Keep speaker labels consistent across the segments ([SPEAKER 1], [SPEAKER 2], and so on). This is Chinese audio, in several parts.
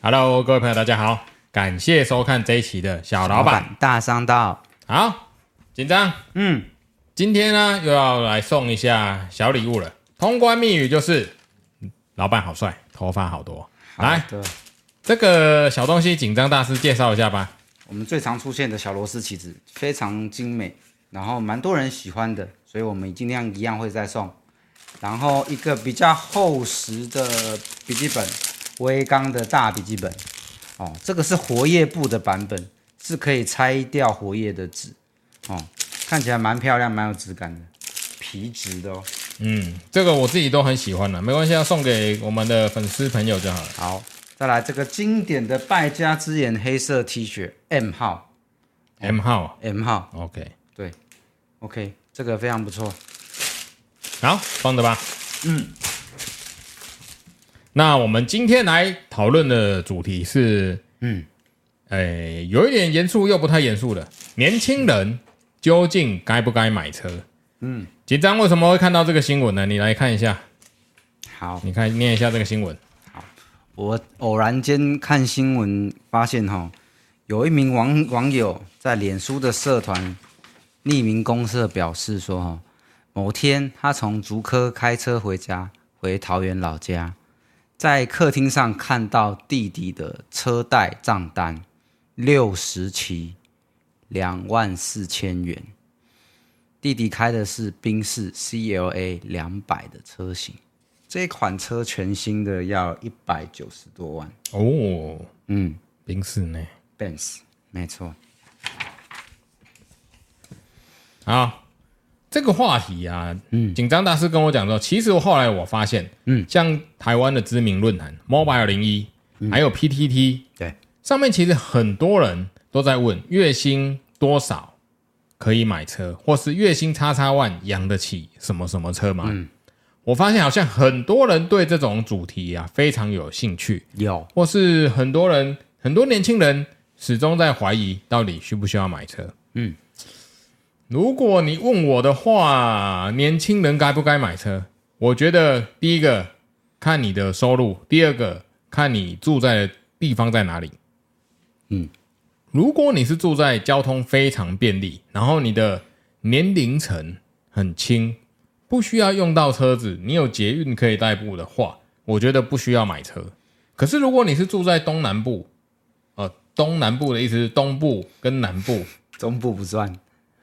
[SPEAKER 1] Hello，各位朋友，大家好，感谢收看这一期的小老板。
[SPEAKER 2] 大商道，
[SPEAKER 1] 好，紧张，
[SPEAKER 2] 嗯，
[SPEAKER 1] 今天呢又要来送一下小礼物了。通关密语就是，老板好帅，头发好多。来，
[SPEAKER 2] 哎对，
[SPEAKER 1] 这个小东西，紧张大师介绍一下吧。
[SPEAKER 2] 我们最常出现的小螺丝起子非常精美，然后蛮多人喜欢的，所以我们尽量一样会再送。然后一个比较厚实的笔记本，微钢的大笔记本，哦，这个是活页布的版本，是可以拆掉活页的纸，哦，看起来蛮漂亮，蛮有质感的，皮质的哦。
[SPEAKER 1] 嗯，这个我自己都很喜欢了，没关系，要送给我们的粉丝朋友就好了。
[SPEAKER 2] 好，再来这个经典的败家之眼黑色 T 恤 M 号
[SPEAKER 1] M 号
[SPEAKER 2] ，M 号。
[SPEAKER 1] ，OK，
[SPEAKER 2] OK，这个非常不错。
[SPEAKER 1] 好，放着吧。嗯，那我们今天来讨论的主题是，
[SPEAKER 2] 嗯，
[SPEAKER 1] 诶，有一点严肃又不太严肃的，年轻人究竟该不该买车？嗯，紧张为什么会看到这个新闻呢？你来看一下，
[SPEAKER 2] 好，
[SPEAKER 1] 你看念一下这个新闻。
[SPEAKER 2] 我偶然间看新闻发现哈、有一名网网友在脸书的社团匿名公社表示说哈、某天他从竹科开车回家，回桃园老家，在客厅上看到弟弟的车贷账单，六十期，两万四千元。弟弟开的是宾士 CLA 两百的车型。这款车全新的要一百九十多万
[SPEAKER 1] 哦，嗯，冰室呢？
[SPEAKER 2] ，Benz，没错。
[SPEAKER 1] 好，啊这个话题啊，嗯，紧张大师跟我讲说，其实后来我发现，嗯，像台湾的知名论坛 Mobile 零一、还有 PTT
[SPEAKER 2] 对，
[SPEAKER 1] 上面，其实很多人都在问月薪多少可以买车，或是月薪叉叉万养得起什么什么车吗？我发现好像很多人对这种主题啊非常有兴趣，
[SPEAKER 2] 有
[SPEAKER 1] 或是很多人很多年轻人始终在怀疑到底需不需要买车。
[SPEAKER 2] 嗯，
[SPEAKER 1] 如果你问我的话，年轻人该不该买车？我觉得第一个看你的收入，第二个看你住在的地方在哪里。
[SPEAKER 2] 嗯，
[SPEAKER 1] 如果你是住在交通非常便利，然后你的年龄层很轻，不需要用到车子，你有捷运可以代步的话，我觉得不需要买车。可是如果你是住在东南部，呃，东南部的意思是东部跟南 部，
[SPEAKER 2] 中部不算，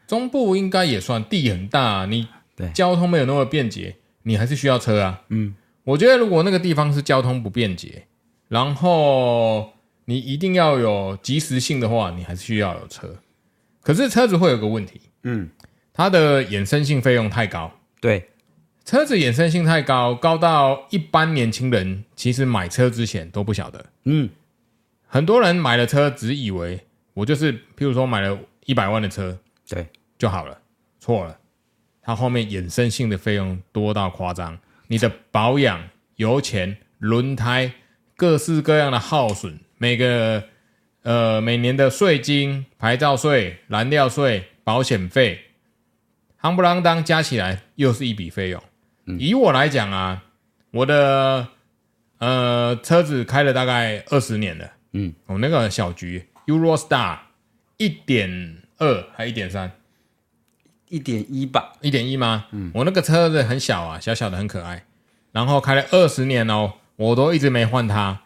[SPEAKER 1] 中部应该也算地很大，你
[SPEAKER 2] 对
[SPEAKER 1] 交通没有那么便捷，你还是需要车啊。嗯，我觉得如果那个地方是交通不便捷，然后你一定要有及时性的话，你还是需要有车。可是车子会有个问题，
[SPEAKER 2] 嗯，
[SPEAKER 1] 它的衍生性费用太高，
[SPEAKER 2] 对，
[SPEAKER 1] 车子衍生性太高，高到一般年轻人其实买车之前都不晓得。
[SPEAKER 2] 嗯，
[SPEAKER 1] 很多人买了车，只以为我就是，譬如说买了一百万的车，
[SPEAKER 2] 对，
[SPEAKER 1] 就好了。错了，它后面衍生性的费用多到夸张，你的保养、油钱、轮胎、各式各样的耗损，每个呃每年的税金、牌照税、燃料税、保险费，夯不啷当加起来又是一笔费用。以我来讲啊，我的呃车子开了大概二十年了，
[SPEAKER 2] 嗯，
[SPEAKER 1] 我、那个小橘 Eurostar 一点二还一点三，
[SPEAKER 2] 一点一吧，
[SPEAKER 1] 一点一吗？嗯，我那个车子很小啊，小小的很可爱，然后开了二十年哦，我都一直没换它，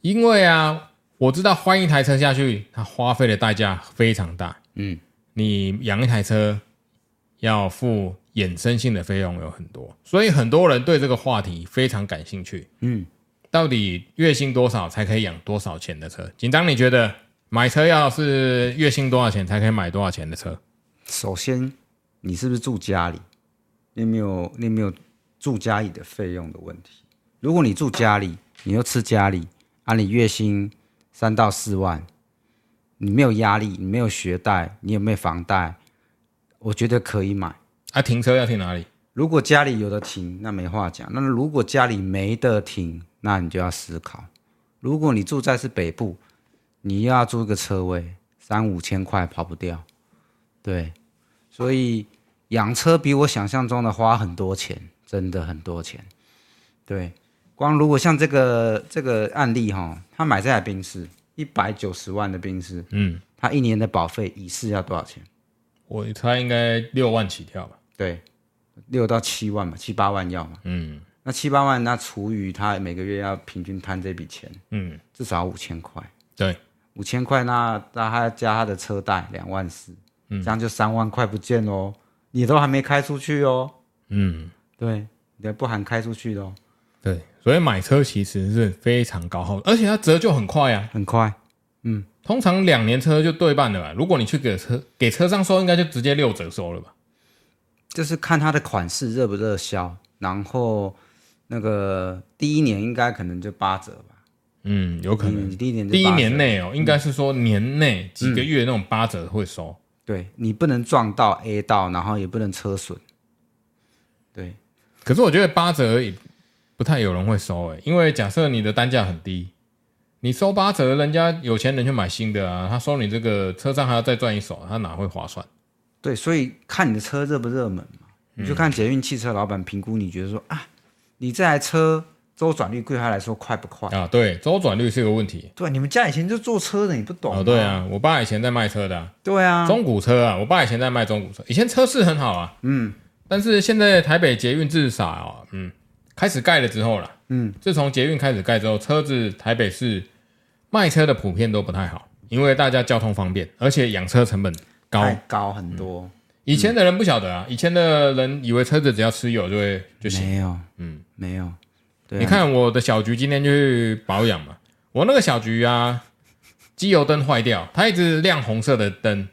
[SPEAKER 1] 因为啊，我知道换一台车下去，它花费的代价非常大。
[SPEAKER 2] 嗯，
[SPEAKER 1] 你养一台车要付衍生性的费用有很多，所以很多人对这个话题非常感兴趣。
[SPEAKER 2] 嗯，
[SPEAKER 1] 到底月薪多少才可以养多少钱的车？紧张，你觉得买车要是月薪多少钱才可以买多少钱的车？
[SPEAKER 2] 首先你是不是住家里？你有没有你有没有住家里的费用的问题？如果你住家里，你又吃家里，啊，你月薪三到四万，你没有压力，你没有学贷，你有没有房贷？我觉得可以买。
[SPEAKER 1] 啊，停车要停哪里？
[SPEAKER 2] 如果家里有的停，那没话讲；那如果家里没得停，那你就要思考。如果你住在是北部，你又要租一个车位，三五千块跑不掉。对，所以养车比我想象中的花很多钱，真的很多钱。对，光如果像这个这个案例哈、他买这台宾士一百九十万的宾士，
[SPEAKER 1] 嗯，
[SPEAKER 2] 他一年的保费乙式要多少钱？
[SPEAKER 1] 我猜应该六万起跳吧。
[SPEAKER 2] 对，六到七万嘛，七八万要嘛。
[SPEAKER 1] 嗯
[SPEAKER 2] 那七八万，那除以他每个月要平均摊这笔钱，
[SPEAKER 1] 嗯，
[SPEAKER 2] 至少五千块。
[SPEAKER 1] 对，
[SPEAKER 2] 五千块，那那他加他的车贷两万四，
[SPEAKER 1] 嗯
[SPEAKER 2] 这样就三万块不见喽。你都还没开出去哦，
[SPEAKER 1] 嗯
[SPEAKER 2] 对，你还不含开出去的哦，
[SPEAKER 1] 对，所以买车其实是非常高耗，而且它折旧很快啊，
[SPEAKER 2] 很快。
[SPEAKER 1] 通常两年车就对半了吧。如果你去给车给车商收，应该就直接六折收了吧？
[SPEAKER 2] 就是看它的款式热不热销，然后那个第一年应该可能就八折吧，
[SPEAKER 1] 嗯，有可能。
[SPEAKER 2] 你第一年就
[SPEAKER 1] 第一
[SPEAKER 2] 八折
[SPEAKER 1] 年内哦，应该是说年内几个月那种八折会收。
[SPEAKER 2] 对你不能撞到 A 道，然后也不能车损，对，
[SPEAKER 1] 可是我觉得八折也不太有人会收诶、因为假设你的单价很低，你收八折，人家有钱人去买新的啊，他收你这个车上还要再赚一手，他哪会划算？
[SPEAKER 2] 对，所以看你的车热不热门嘛，你
[SPEAKER 1] 嗯
[SPEAKER 2] 就看捷运汽车老板评估，你觉得说啊，你这台车周转率对他来说快不快？
[SPEAKER 1] 啊，对，周转率是个问题。
[SPEAKER 2] 对，你们家以前就坐车的，你不懂、
[SPEAKER 1] 哦，对，啊，我爸以前在卖车的啊、
[SPEAKER 2] 对啊，
[SPEAKER 1] 中古车啊，我爸以前在卖中古车，以前车市很好啊，嗯，但是现在台北捷运至少、嗯，开始盖了之后啦，嗯，自从捷运开始盖之后，车子台北市卖车的普遍都不太好，因为大家交通方便，而且养车成本高嗯
[SPEAKER 2] 太，高很多，
[SPEAKER 1] 以前的人不晓得啊，以前的人以为车子只要吃油就会就行。
[SPEAKER 2] 没有，嗯，没有，对啊
[SPEAKER 1] 你看我的小菊今天就去保养嘛，我那个小菊啊，机油灯坏掉，它一直亮红色的灯，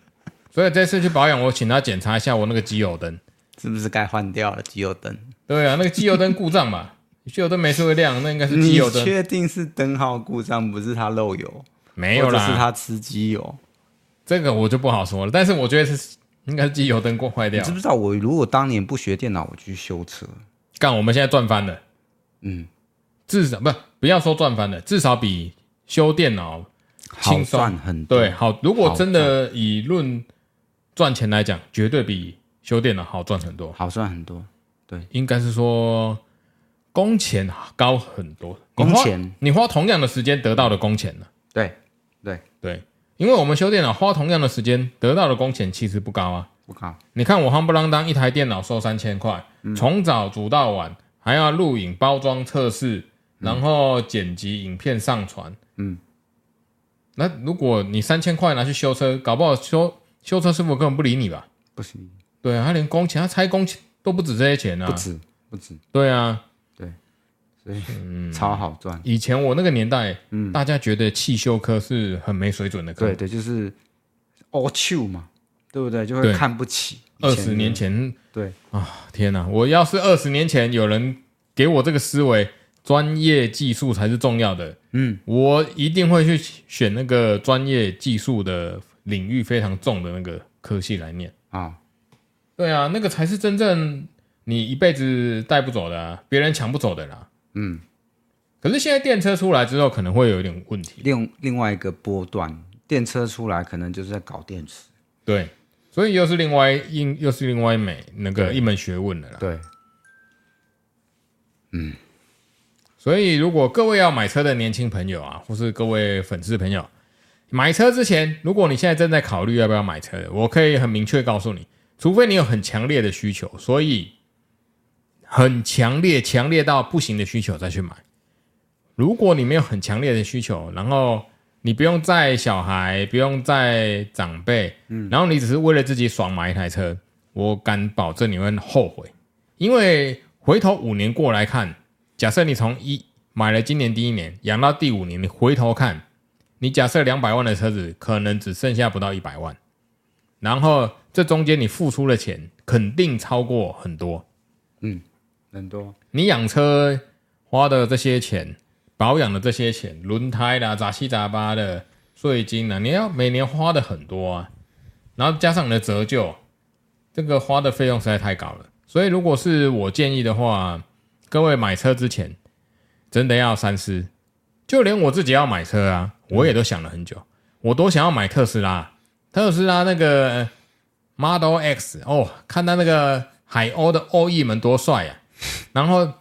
[SPEAKER 1] 所以这次去保养，我请他检查一下我那个机油灯。
[SPEAKER 2] 是不是该换掉了机油灯？
[SPEAKER 1] 对啊，那个机油灯故障嘛， 机油灯没事会亮，那应该是 机油
[SPEAKER 2] 你
[SPEAKER 1] 灯
[SPEAKER 2] 确定是灯号故障，不是它漏油？
[SPEAKER 1] 没有
[SPEAKER 2] 或者是
[SPEAKER 1] 啦，
[SPEAKER 2] 它吃机油。
[SPEAKER 1] 这个我就不好说了。但是我觉得是应该是机油灯过坏
[SPEAKER 2] 你
[SPEAKER 1] 掉
[SPEAKER 2] 知不，知道，我如果当年不学电脑，我去修车，
[SPEAKER 1] 干我们现在赚翻了，
[SPEAKER 2] 嗯，
[SPEAKER 1] 至少不不要说赚翻了，至少比修电脑
[SPEAKER 2] 好
[SPEAKER 1] 轻松
[SPEAKER 2] 赚很多。
[SPEAKER 1] 对，，好，如果
[SPEAKER 2] 好
[SPEAKER 1] 真的以论赚钱来讲，绝对比修电脑好赚很多，
[SPEAKER 2] 好赚很多。
[SPEAKER 1] 应该是说工钱高很多，你
[SPEAKER 2] 工
[SPEAKER 1] 花
[SPEAKER 2] 钱
[SPEAKER 1] 你花同样的时间得到的工钱呢、
[SPEAKER 2] 对，
[SPEAKER 1] 对，因为我们修电脑花同样的时间得到的工钱其实不高啊。
[SPEAKER 2] 我靠，
[SPEAKER 1] 你看我夯不啷当一台电脑收三千块，
[SPEAKER 2] 嗯
[SPEAKER 1] 从早煮到晚，还要录影、包装、测试，然后剪辑影片上传。
[SPEAKER 2] 嗯，
[SPEAKER 1] 那如果你三千块拿去修车，搞不好修修车师傅根本不理你吧？
[SPEAKER 2] 不行，
[SPEAKER 1] 对啊，他连工钱、他拆工钱都不止这些钱
[SPEAKER 2] 不
[SPEAKER 1] 啊。
[SPEAKER 2] 止，不止，
[SPEAKER 1] 对啊，
[SPEAKER 2] 所以、超好赚。
[SPEAKER 1] 以前我那个年代，大家觉得汽修科是很没水准的科
[SPEAKER 2] 嗯对，对，就是 all you 嘛，对不对？就会
[SPEAKER 1] 对
[SPEAKER 2] 看不起
[SPEAKER 1] 二
[SPEAKER 2] 以前
[SPEAKER 1] 十
[SPEAKER 2] 的
[SPEAKER 1] 年前
[SPEAKER 2] 对
[SPEAKER 1] 天哪、我要是二十年前有人给我这个思维，专业技术才是重要的，嗯，我一定会去选那个专业技术的领域非常重的那个科系来念。
[SPEAKER 2] 啊、
[SPEAKER 1] 对啊，那个才是真正你一辈子带不走的、啊，别人抢不走的啦。嗯，可是现在电车出来之后，可能会有一点问题。
[SPEAKER 2] 另另外一个波段，电车出来可能就是在搞电池。
[SPEAKER 1] 对，所以又是另外一又是另外一美那个一门学问了啦。
[SPEAKER 2] 对，
[SPEAKER 1] 所以，如果各位要买车的年轻朋友啊，或是各位粉丝朋友，买车之前，如果你现在正在考虑要不要买车，我可以很明确告诉你，除非你有很强烈的需求，所以很强烈、强烈到不行的需求再去买。如果你没有很强烈的需求，然后你不用载小孩，不用载长辈，嗯，然后你只是为了自己爽买一台车，我敢保证你会后悔，因为回头五年过来看。假设你从一买了今年第一年，养到第五年，你回头看，你假设两百万的车子，可能只剩下不到一百万，然后这中间你付出的钱肯定超过很多。
[SPEAKER 2] 很多
[SPEAKER 1] 你养车花的这些钱，保养的这些钱，轮胎啦、杂七杂八的税金啊，你要每年花的很多啊，然后加上你的折旧，这个花的费用实在太高了。所以，如果是我建议的话，各位买车之前真的要三思。就连我自己要买车啊，我也都想了很久，我多想要买特斯拉，特斯拉那个呃 Model 啊 X 哦，看到那个海鸥的鸥翼们多帅呀、然后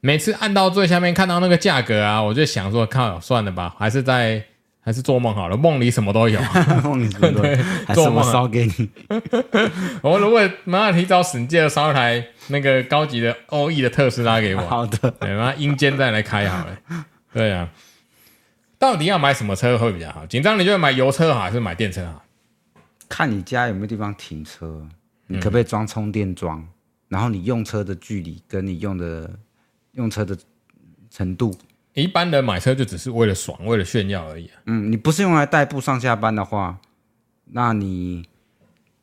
[SPEAKER 1] 每次按到最下面看到那个价格啊，我就想说，靠，算了吧，还是在还是做梦好了，梦里什么都有。
[SPEAKER 2] 忘记 了，还是
[SPEAKER 1] 做梦
[SPEAKER 2] 我
[SPEAKER 1] 啊
[SPEAKER 2] 烧给你。
[SPEAKER 1] 我如果妈提早死，你记得烧一台那个高级的 OE 的特斯拉给我，
[SPEAKER 2] 好的，
[SPEAKER 1] 对，妈阴间再来开好了。对啊，到底要买什么车会比较好？紧张你就买油车好，还是买电车好？
[SPEAKER 2] 看你家有没有地方停车，
[SPEAKER 1] 嗯
[SPEAKER 2] 你可不可以装充电桩？然后你用车的距离跟你用的用车的程度，
[SPEAKER 1] 一般人买车就只是为了爽，为了炫耀而已、啊。
[SPEAKER 2] 嗯，你不是用来代步上下班的话，那你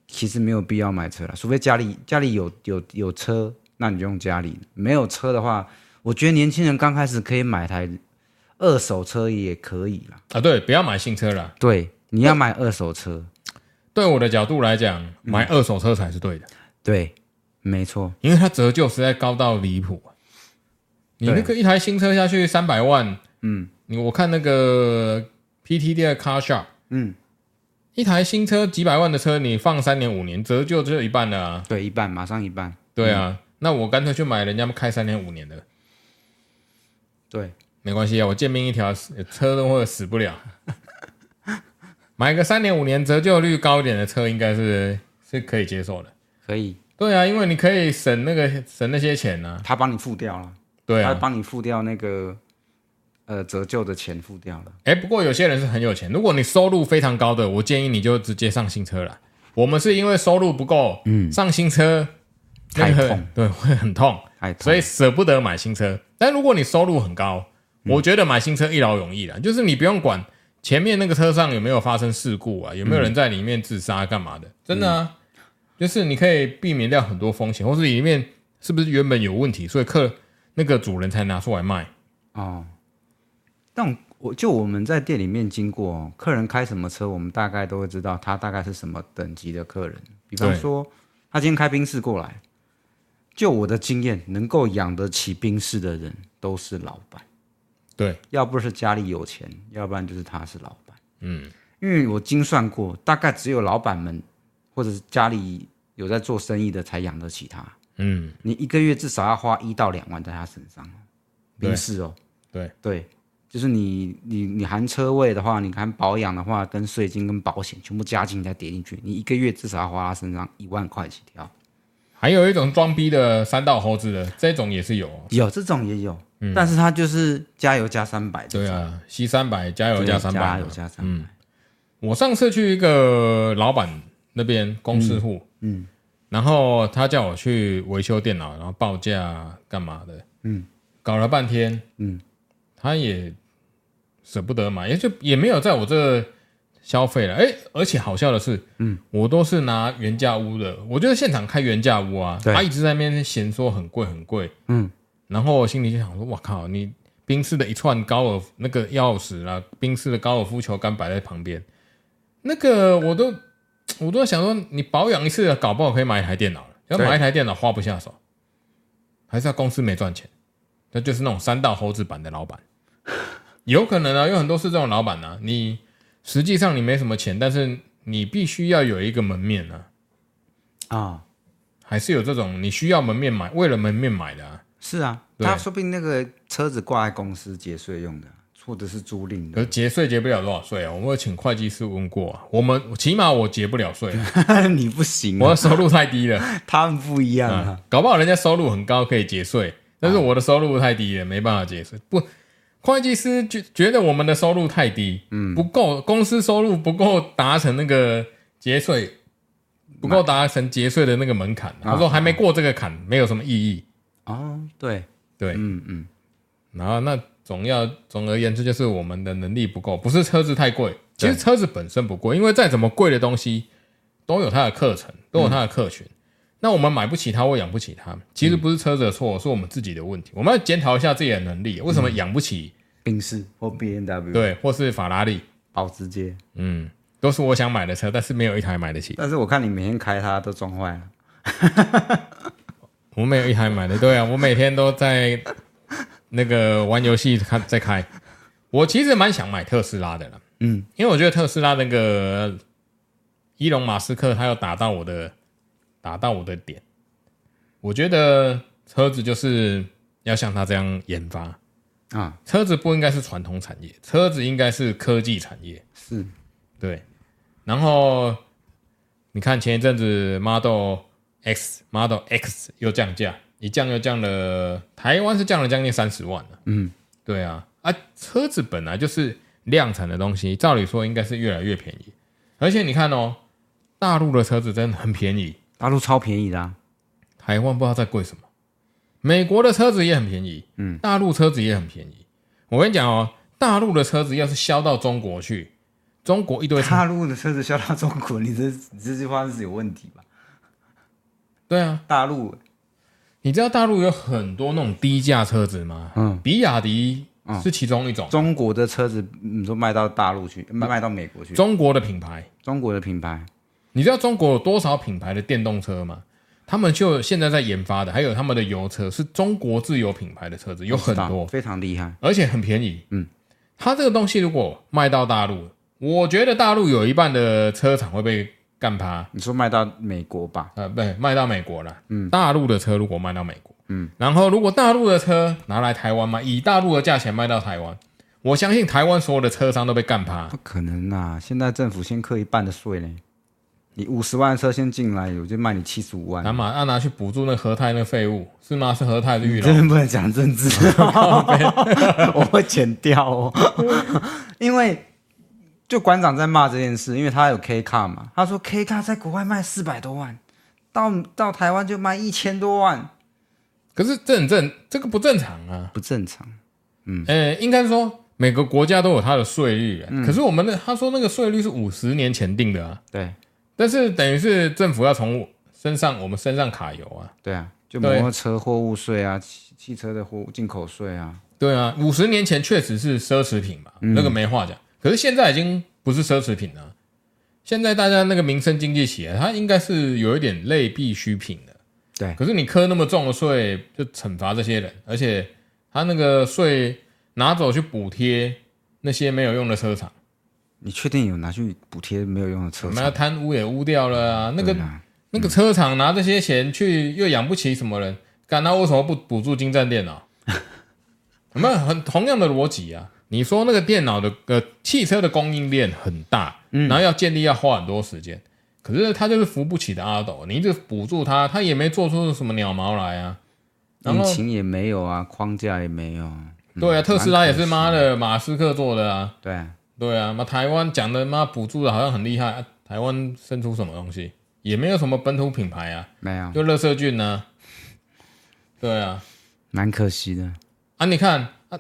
[SPEAKER 2] 其实没有必要买车了，除非家里家里有有有车，那你就用家里；没有车的话，我觉得年轻人刚开始可以买台二手车也可以啦。
[SPEAKER 1] 啊，对，不要买新车了。
[SPEAKER 2] 对，你要买二手车，
[SPEAKER 1] 对我的角度来讲，买二手车才是对的，
[SPEAKER 2] 对，没错，
[SPEAKER 1] 因为它折旧实在高到离谱啊、你那个一台新车下去三百万，嗯，你我看那个 PT 店 Car Shop，
[SPEAKER 2] 嗯，
[SPEAKER 1] 一台新车几百万的车，你放三年五年，折旧只有一半了、啊。
[SPEAKER 2] 对，一半，马上一半，
[SPEAKER 1] 对啊，那我干脆去买人家开三年五年的，
[SPEAKER 2] 对，
[SPEAKER 1] 没关系啊，我贱命一条，车都会死不了。买个三年五年折旧率高一点的车，应该是是可以接受的。
[SPEAKER 2] 可以，
[SPEAKER 1] 对啊，因为你可以省那个省那些钱呢、
[SPEAKER 2] 他帮你付掉了，
[SPEAKER 1] 对
[SPEAKER 2] 他
[SPEAKER 1] 啊，
[SPEAKER 2] 帮你付掉那个呃折旧的钱，付掉了，
[SPEAKER 1] 哎，不过有些人是很有钱，如果你收入非常高的，我建议你就直接上新车了。我们是因为收入不够，嗯，上新车那个
[SPEAKER 2] 太痛，
[SPEAKER 1] 对，会很痛，
[SPEAKER 2] 哎，
[SPEAKER 1] 所以舍不得买新车。但如果你收入很高，
[SPEAKER 2] 嗯
[SPEAKER 1] 我觉得买新车一劳永逸啦，就是你不用管前面那个车上有没有发生事故啊，有
[SPEAKER 2] 嗯
[SPEAKER 1] 没有人在里面自杀干嘛的，真的啊，就是你可以避免掉很多风险，或是里面是不是原本有问题，所以客那个主人才拿出来卖。
[SPEAKER 2] 哦，但我就我们在店里面经过、哦，客人开什么车，我们大概都会知道他大概是什么等级的客人。比方
[SPEAKER 1] 对
[SPEAKER 2] 说，他今天开宾士过来，就我的经验，能够养得起宾士的人都是老板，
[SPEAKER 1] 对，
[SPEAKER 2] 要不是家里有钱，要不然就是他是老板。
[SPEAKER 1] 嗯，
[SPEAKER 2] 因为我精算过，大概只有老板们或者是家里有在做生意的才养得起他。
[SPEAKER 1] 嗯，
[SPEAKER 2] 你一个月至少要花一到两万在他身上哦，
[SPEAKER 1] 对
[SPEAKER 2] 宾士哦，
[SPEAKER 1] 对
[SPEAKER 2] 对，就是你你你含车位的话，你含保养的话，跟税金跟保险全部加进再叠进去，你一个月至少要花他身上一万块起
[SPEAKER 1] 哦
[SPEAKER 2] 跳。
[SPEAKER 1] 还有一种装逼的三道猴子的，这种也是有哦、
[SPEAKER 2] 有这种也有，但是他就是加油加三百，
[SPEAKER 1] 嗯对，啊，C 三百加油
[SPEAKER 2] 对
[SPEAKER 1] 加三
[SPEAKER 2] 加
[SPEAKER 1] 百啊嗯
[SPEAKER 2] 油，加三百，
[SPEAKER 1] 我上次去一个老板那边公司户，嗯，然后他叫我去维修电脑，然后报价干嘛的，嗯，搞了半天，嗯，他也舍不得买，也就也没有在我这消费了。哎，而且好笑的是，嗯，我都是拿原价屋的，我觉得现场开原价屋啊，
[SPEAKER 2] 对
[SPEAKER 1] 他一直在那边嫌说很贵很贵，
[SPEAKER 2] 嗯，
[SPEAKER 1] 然后我心里就想说，我靠，你冰室的一串高尔夫那个钥匙啦，冰室的高尔夫球杆摆在旁边。那个我都我都想说，你保养一次，搞不好可以买一台电脑了。要
[SPEAKER 2] 对
[SPEAKER 1] 买一台电脑花不下手，还是他公司没赚钱？那就是那种三道猴子版的老 板，有可能啊，有很多是这种老板啊。你实际上你没什么钱，但是你必须要有一个门面啊，
[SPEAKER 2] 啊、
[SPEAKER 1] 还是有这种你需要门面买，为了门面买的啊。
[SPEAKER 2] 是啊，
[SPEAKER 1] 对
[SPEAKER 2] 他说不定那个车子挂在公司节税用的，或者是租赁
[SPEAKER 1] 可
[SPEAKER 2] 的，
[SPEAKER 1] 是节税节不了多少税啊，我们有请会计师问过、啊，我们起码我节不了税 啊、
[SPEAKER 2] 你不行、
[SPEAKER 1] 我
[SPEAKER 2] 啊，
[SPEAKER 1] 的收入太低了。
[SPEAKER 2] 他们不一样啊。
[SPEAKER 1] 啊，搞不好人家收入很高可以节税，但是我的收入太低了，没办法节税。不，会计师觉觉得我们的收入太低，嗯，不够，公司收入不够达成那个节税，不够达成节税的那个门槛。他说还没过这个坎，没有什么意义。
[SPEAKER 2] 哦，对，
[SPEAKER 1] 对，
[SPEAKER 2] 嗯嗯，
[SPEAKER 1] 然后那总要总而言之，就是我们的能力不够，不是车子太贵。其实车子本身不贵，因为再怎么贵的东西都有它的课程，都有它的客群。那我们买不起它，或养不起它，其实不是车子的错，是我们自己的问题。我们要检讨一下自己的能力，为什么养不起？
[SPEAKER 2] 宾士或 B N W，，
[SPEAKER 1] 对，或是法拉利，
[SPEAKER 2] 保时捷。
[SPEAKER 1] 嗯，都是我想买的车，但是没有一台买得起。
[SPEAKER 2] 但是我看你每天开它都撞坏了，
[SPEAKER 1] 我没有一台买的，对啊，我每天都在那个玩游戏看在开。我其实蛮想买特斯拉的啦，
[SPEAKER 2] 嗯，
[SPEAKER 1] 因为我觉得特斯拉那个伊隆马斯克他要打到我的打到我的点，我觉得车子就是要像他这样研发。
[SPEAKER 2] 啊，
[SPEAKER 1] 车子不应该是传统产业，车子应该是科技产业。
[SPEAKER 2] 是
[SPEAKER 1] 对，然后你看前一阵子 Model X、Model X 又降价，一降又降了，台湾是降了将近三十万了。嗯，对啊，啊，车子本来就是量产的东西，照理说应该是越来越便宜。而且你看哦，大陆的车子真的很便宜，
[SPEAKER 2] 大陆超便宜的、啊，
[SPEAKER 1] 台湾不知道在贵什么。美国的车子也很便宜，嗯，大陆车子也很便宜。我跟你讲哦，大陆的车子要是销到中国去，中国一堆车，
[SPEAKER 2] 大陆的车子销到中国，你这你这句话是有问题吧？
[SPEAKER 1] 对啊，
[SPEAKER 2] 大陆
[SPEAKER 1] 你知道大陆有很多那种低价车子吗？嗯，比亚迪是其中一种，
[SPEAKER 2] 中国的车子，你说卖到大陆去，卖卖到美国去，
[SPEAKER 1] 中国的品牌。
[SPEAKER 2] 中国的品牌
[SPEAKER 1] 你知道中国有多少品牌的电动车吗？他们就现在在研发的，还有他们的油车是中国自有品牌的车子，有很多，
[SPEAKER 2] 非常厉害，
[SPEAKER 1] 而且很便宜。嗯，它这个东西如果卖到大陆，我觉得大陆有一半的车厂会被干趴。
[SPEAKER 2] 你说卖到美国吧？
[SPEAKER 1] 呃，不，卖到美国了。嗯，大陆的车如果卖到美国，嗯，然后如果大陆的车拿来台湾卖，以大陆的价钱卖到台湾，我相信台湾所有的车商都被干趴。
[SPEAKER 2] 不可能啊！现在政府先课一半的税呢，你五十万的车先进来，我就卖你七十五万。
[SPEAKER 1] 拿马要啊拿去补助那和泰那废物是吗？是和泰的玉
[SPEAKER 2] 嗯真
[SPEAKER 1] 龙
[SPEAKER 2] 的不能讲政治， 我会剪掉哦。因为就馆长在骂这件事，因为他有 K 卡嘛，他说 K 卡在国外卖四百多万，到到台湾就卖一千多万，
[SPEAKER 1] 可是这很正，这个不正常啊。
[SPEAKER 2] 不正常。
[SPEAKER 1] 呃，应该说每个国家都有它的税率、啊可是我们的他说那个税率是五十年前定的啊，
[SPEAKER 2] 对
[SPEAKER 1] 但是等于是政府要从我身上我们身上卡油啊。
[SPEAKER 2] 对啊，就摩
[SPEAKER 1] 对
[SPEAKER 2] 托车货物税啊，汽汽车的货物进口税啊，
[SPEAKER 1] 对啊，五十年前确实是奢侈品嘛，那个没话讲。可是现在已经不是奢侈品了，现在大家那个民生经济起来，它应该是有一点类必需品的。
[SPEAKER 2] 对
[SPEAKER 1] 可是你磕那么重的税，就惩罚这些人，而且他那个税拿走去补贴那些没有用的车厂，
[SPEAKER 2] 你确定有拿去补贴没有用的车
[SPEAKER 1] 什
[SPEAKER 2] 厂？
[SPEAKER 1] 么贪污也污掉了啊，那个
[SPEAKER 2] 对啊
[SPEAKER 1] 那个车厂拿这些钱去又养不起什么人，干那为什么不补助金站电 脑？有没有很同样的逻辑啊？你说那个电脑的呃汽车的供应链很大，
[SPEAKER 2] 嗯
[SPEAKER 1] 然后要建立要花很多时间，可是他就是扶不起的阿斗，你一直补助他，他也没做出什么鸟毛来啊。然
[SPEAKER 2] 引
[SPEAKER 1] 后
[SPEAKER 2] 擎也没有啊，框架也没有啊，
[SPEAKER 1] 对啊，特斯拉也是
[SPEAKER 2] 蛮
[SPEAKER 1] 妈的马斯克做的啊，
[SPEAKER 2] 对啊
[SPEAKER 1] 对啊，妈台湾讲的妈补助的好像很厉害，啊台湾生出什么东西也没有什么本土品牌啊。
[SPEAKER 2] 没有，
[SPEAKER 1] 就乐色菌呢、对啊，
[SPEAKER 2] 蛮可惜的。
[SPEAKER 1] 啊，你看啊，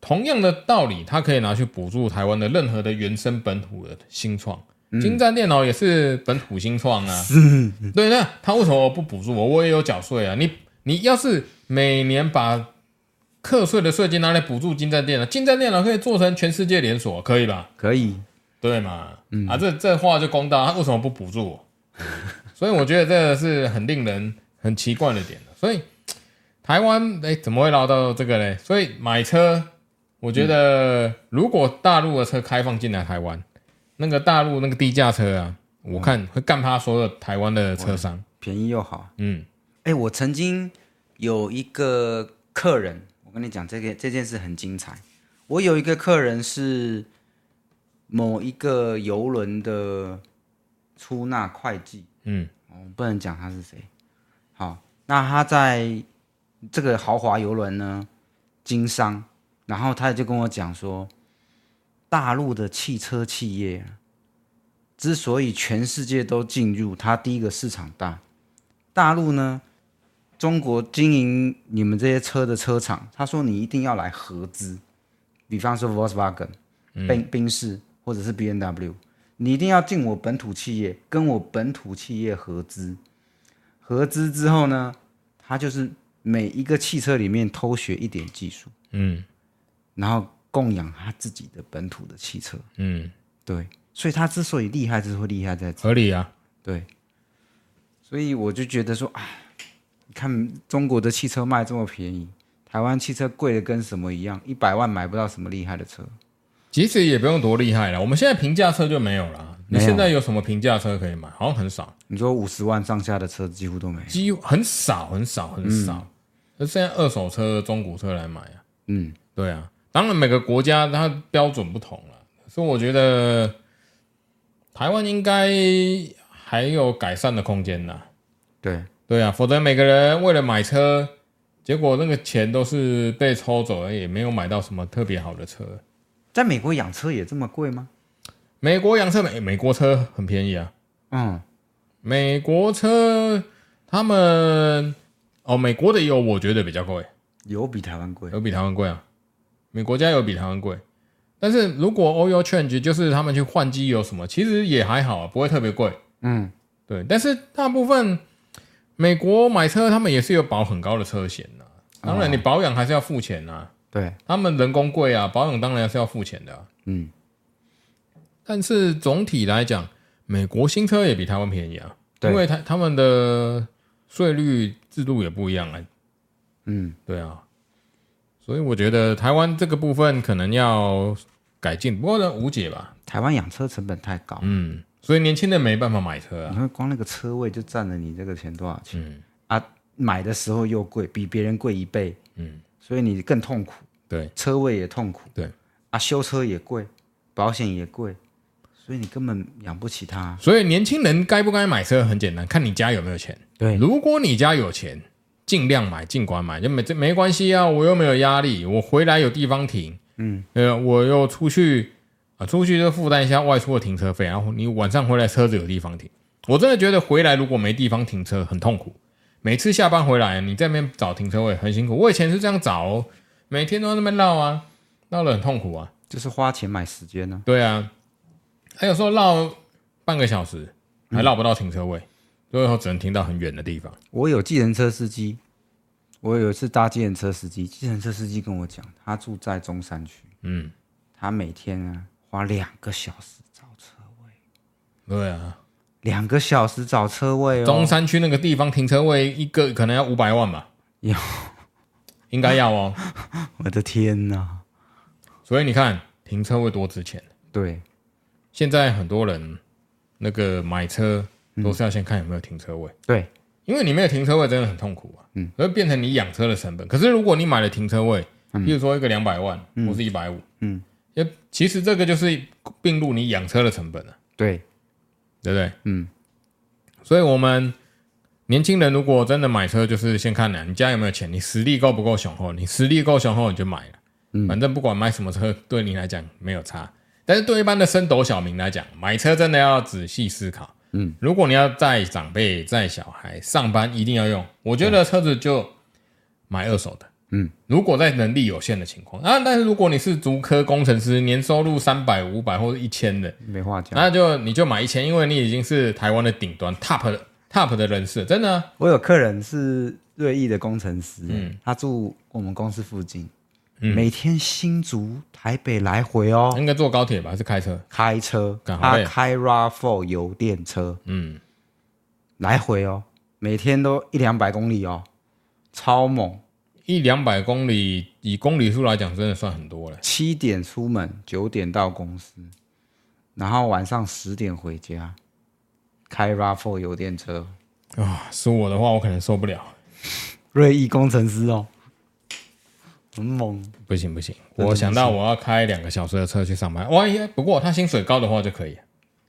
[SPEAKER 1] 同样的道理，它可以拿去补助台湾的任何的原生本土的新创。金湛电脑也是本土新创啊，对，那他为什么不补助我？我也有缴税啊。你你要是每年把课税的税金拿来补助金湛电脑，金湛电脑可以做成全世界连锁，可以吧？
[SPEAKER 2] 可以，
[SPEAKER 1] 对嘛？
[SPEAKER 2] 嗯
[SPEAKER 1] 啊，这这话就公道，他为什么不补助我？ 所以我觉得这个是很令人很奇怪的点了所以台湾哎，怎么会捞到这个嘞？所以买车，我觉得如果大陆的车开放进来台湾，那个大陆那个低价车啊，我
[SPEAKER 2] 嗯
[SPEAKER 1] 看会干趴所有台湾的车商。
[SPEAKER 2] 便宜又好。
[SPEAKER 1] 嗯，
[SPEAKER 2] 哎、我曾经有一个客人，我跟你讲，这个这件事很精彩。我有一个客人是某一个游轮的出纳会计，
[SPEAKER 1] 嗯，
[SPEAKER 2] 我哦不能讲他是谁。好，那他在这个豪华游轮呢经商，然后他就跟我讲说，大陆的汽车企业啊之所以全世界都进入，它第一个市场大，大陆呢，中国经营你们这些车的车厂，他说你一定要来合资，比方说 Volkswagen、宾宾士或者是 B N W，你一定要进我本土企业，跟我本土企业合资。合资之后呢，他就是每一个汽车里面偷学一点技术，
[SPEAKER 1] 嗯，
[SPEAKER 2] 然后供养他自己的本土的汽车。
[SPEAKER 1] 嗯，
[SPEAKER 2] 对，所以他之所以厉害，之所以厉害在
[SPEAKER 1] 合理啊。
[SPEAKER 2] 对，所以我就觉得说，哎，你看中国的汽车卖这么便宜，台湾汽车贵的跟什么一样，一百万买不到什么厉害的车。
[SPEAKER 1] 其实也不用多厉害了，我们现在平价车就没有了。你
[SPEAKER 2] 没有
[SPEAKER 1] 现在有什么平价车可以买？好像很少。
[SPEAKER 2] 你说五十万上下的车几乎都没有，
[SPEAKER 1] 几乎很少很少很少。那现在二手车、中古车来买啊，
[SPEAKER 2] 嗯，
[SPEAKER 1] 对啊，当然每个国家它标准不同了，所以我觉得台湾应该还有改善的空间呐。
[SPEAKER 2] 对，
[SPEAKER 1] 对啊，否则每个人为了买车，结果那个钱都是被抽走了，也没有买到什么特别好的车。
[SPEAKER 2] 在美国养车也这么贵吗？
[SPEAKER 1] 美国洋车美美国车很便宜啊，
[SPEAKER 2] 嗯，
[SPEAKER 1] 美国车他们哦，美国的油我觉得比较贵，
[SPEAKER 2] 有比台湾贵。
[SPEAKER 1] 有比台湾贵啊，美国家有比台湾贵，但是如果 oil change 就是他们去换机油什么，其实也还好啊，不会特别贵。
[SPEAKER 2] 嗯，
[SPEAKER 1] 对，但是大部分美国买车他们也是有保很高的车险呐、当
[SPEAKER 2] 哦
[SPEAKER 1] 然你保养还是要付钱呐、啊
[SPEAKER 2] 对，
[SPEAKER 1] 他们人工贵啊，保养当然是要付钱的、啊。
[SPEAKER 2] 嗯，
[SPEAKER 1] 但是总体来讲，美国新车也比台湾便宜啊，
[SPEAKER 2] 对
[SPEAKER 1] 因为他他们的税率制度也不一样啊。
[SPEAKER 2] 嗯，
[SPEAKER 1] 对啊，所以我觉得台湾这个部分可能要改进，不过呢无解吧。
[SPEAKER 2] 台湾养车成本太高，
[SPEAKER 1] 嗯，所以年轻人没办法买车
[SPEAKER 2] 你
[SPEAKER 1] 啊。
[SPEAKER 2] 看光那个车位就占了你这个钱多少钱
[SPEAKER 1] 嗯
[SPEAKER 2] 啊？买的时候又贵，比别人贵一倍，
[SPEAKER 1] 嗯，
[SPEAKER 2] 所以你更痛苦，
[SPEAKER 1] 对
[SPEAKER 2] 车位也痛苦，
[SPEAKER 1] 对
[SPEAKER 2] 啊，修车也贵，保险也贵，所以你根本养不起它。
[SPEAKER 1] 所以年轻人该不该买车很简单，看你家有没有钱。
[SPEAKER 2] 对，
[SPEAKER 1] 如果你家有钱，尽量买，尽管买，就没这没关系啊，我又没有压力，我回来有地方停，嗯，呃，我又出去啊、出去就负担一下外出的停车费，然后你晚上回来车子有地方停。我真的觉得回来如果没地方停车很痛苦，每次下班回来你在那边找停车位很辛苦。我以前是这样找、哦，每天都在那边绕啊，绕得很痛苦啊。
[SPEAKER 2] 就是花钱买时间呢、
[SPEAKER 1] 对啊，还有时候绕半个小时还绕不到停车位，最后只能停到很远的地方。
[SPEAKER 2] 我有计程车司机，我有一次搭计程车司机，计程车司机跟我讲，他住在中山区，
[SPEAKER 1] 嗯，
[SPEAKER 2] 他每天啊花两个小时找车，
[SPEAKER 1] 对啊。
[SPEAKER 2] 两个小时找车位哦。
[SPEAKER 1] 中山区那个地方停车位一个可能要五百万吧？
[SPEAKER 2] 有，
[SPEAKER 1] 应该要哦。
[SPEAKER 2] 我的天呐！
[SPEAKER 1] 所以你看停车位多值钱，
[SPEAKER 2] 对，
[SPEAKER 1] 现在很多人那个买车都是要先看有没有停车位，
[SPEAKER 2] 对，
[SPEAKER 1] 因为你没有停车位真的很痛苦啊。嗯，所以变成你养车的成本。可是如果你买了停车位，比如说一个两百万或是一百五，
[SPEAKER 2] 嗯，
[SPEAKER 1] 也其实这个就是并入你养车的成本啊。
[SPEAKER 2] 对，
[SPEAKER 1] 对不对？
[SPEAKER 2] 嗯，
[SPEAKER 1] 所以我们年轻人如果真的买车，就是先看呢，你家有没有钱，你实力够不够雄厚，你实力够雄厚你就买了。嗯，反正不管买什么车，对你来讲没有差。但是对一般的升斗小民来讲，买车真的要仔细思考。嗯，如果你要载长辈、载小孩上班，一定要用。我觉得车子就买二手的。
[SPEAKER 2] 嗯，
[SPEAKER 1] 如果在能力有限的情况啊，但是如果你是足科工程师，年收入三百、五百或者一千的，
[SPEAKER 2] 没话讲。
[SPEAKER 1] 那就你就买一千，因为你已经是台湾的顶端 top 的 top 的人士了，真的啊、
[SPEAKER 2] 我有客人是瑞意的工程师，
[SPEAKER 1] 嗯
[SPEAKER 2] 他住我们公司附近，每天新竹、台北来回哦，
[SPEAKER 1] 应该坐高铁吧，还是开车？
[SPEAKER 2] 开车，
[SPEAKER 1] 干好
[SPEAKER 2] 他
[SPEAKER 1] 累
[SPEAKER 2] 开 RAV4 油电车
[SPEAKER 1] 嗯，
[SPEAKER 2] 来回哦，每天都一两百公里哦，超猛。
[SPEAKER 1] 一两百公里，以公里数来讲，真的算很多了。
[SPEAKER 2] 七点出门，九点到公司，然后晚上十点回家，开 RAV4 油电车，
[SPEAKER 1] 啊，是我的话，我可能受不了。
[SPEAKER 2] 瑞意工程师哦，很猛。
[SPEAKER 1] 不行不行，
[SPEAKER 2] 真的
[SPEAKER 1] 我想到我要开两个小时的车去上班。万一不过他薪水高的话就可以，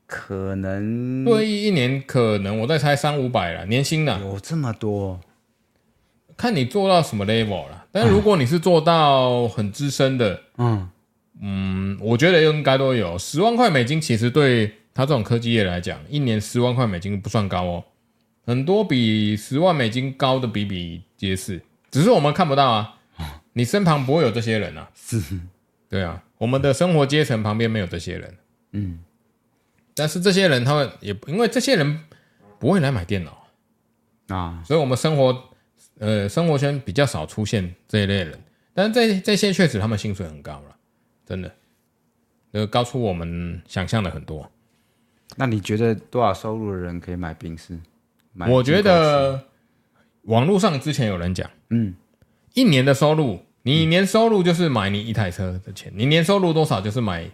[SPEAKER 2] 可能
[SPEAKER 1] 对、一年可能我再猜三五百了，年薪啊啦，
[SPEAKER 2] 有这么多，
[SPEAKER 1] 看你做到什么 level 啦。但是如果你是做到很资深的，
[SPEAKER 2] 嗯，
[SPEAKER 1] 嗯，我觉得应该都有十万块美金，其实对他这种科技业来讲，一年十万块美金不算高哦，很多比十万美金高的比比皆是，只是我们看不到啊，你身旁不会有这些人啊，
[SPEAKER 2] 是，
[SPEAKER 1] 对啊，我们的生活阶层旁边没有这些人，
[SPEAKER 2] 嗯，
[SPEAKER 1] 但是这些人他们也因为这些人不会来买电脑，
[SPEAKER 2] 啊，
[SPEAKER 1] 所以我们生活呃生活圈比较少出现这一类人，但是这这些确实他们薪水很高了，真的，呃，高出我们想象的很多。
[SPEAKER 2] 那你觉得多少收入的人可以买冰室？买
[SPEAKER 1] 我觉
[SPEAKER 2] 进口车
[SPEAKER 1] 得网络上之前有人讲，
[SPEAKER 2] 嗯，
[SPEAKER 1] 一年的收入，你年收入就是买你一台车的钱，你年收入多少就是买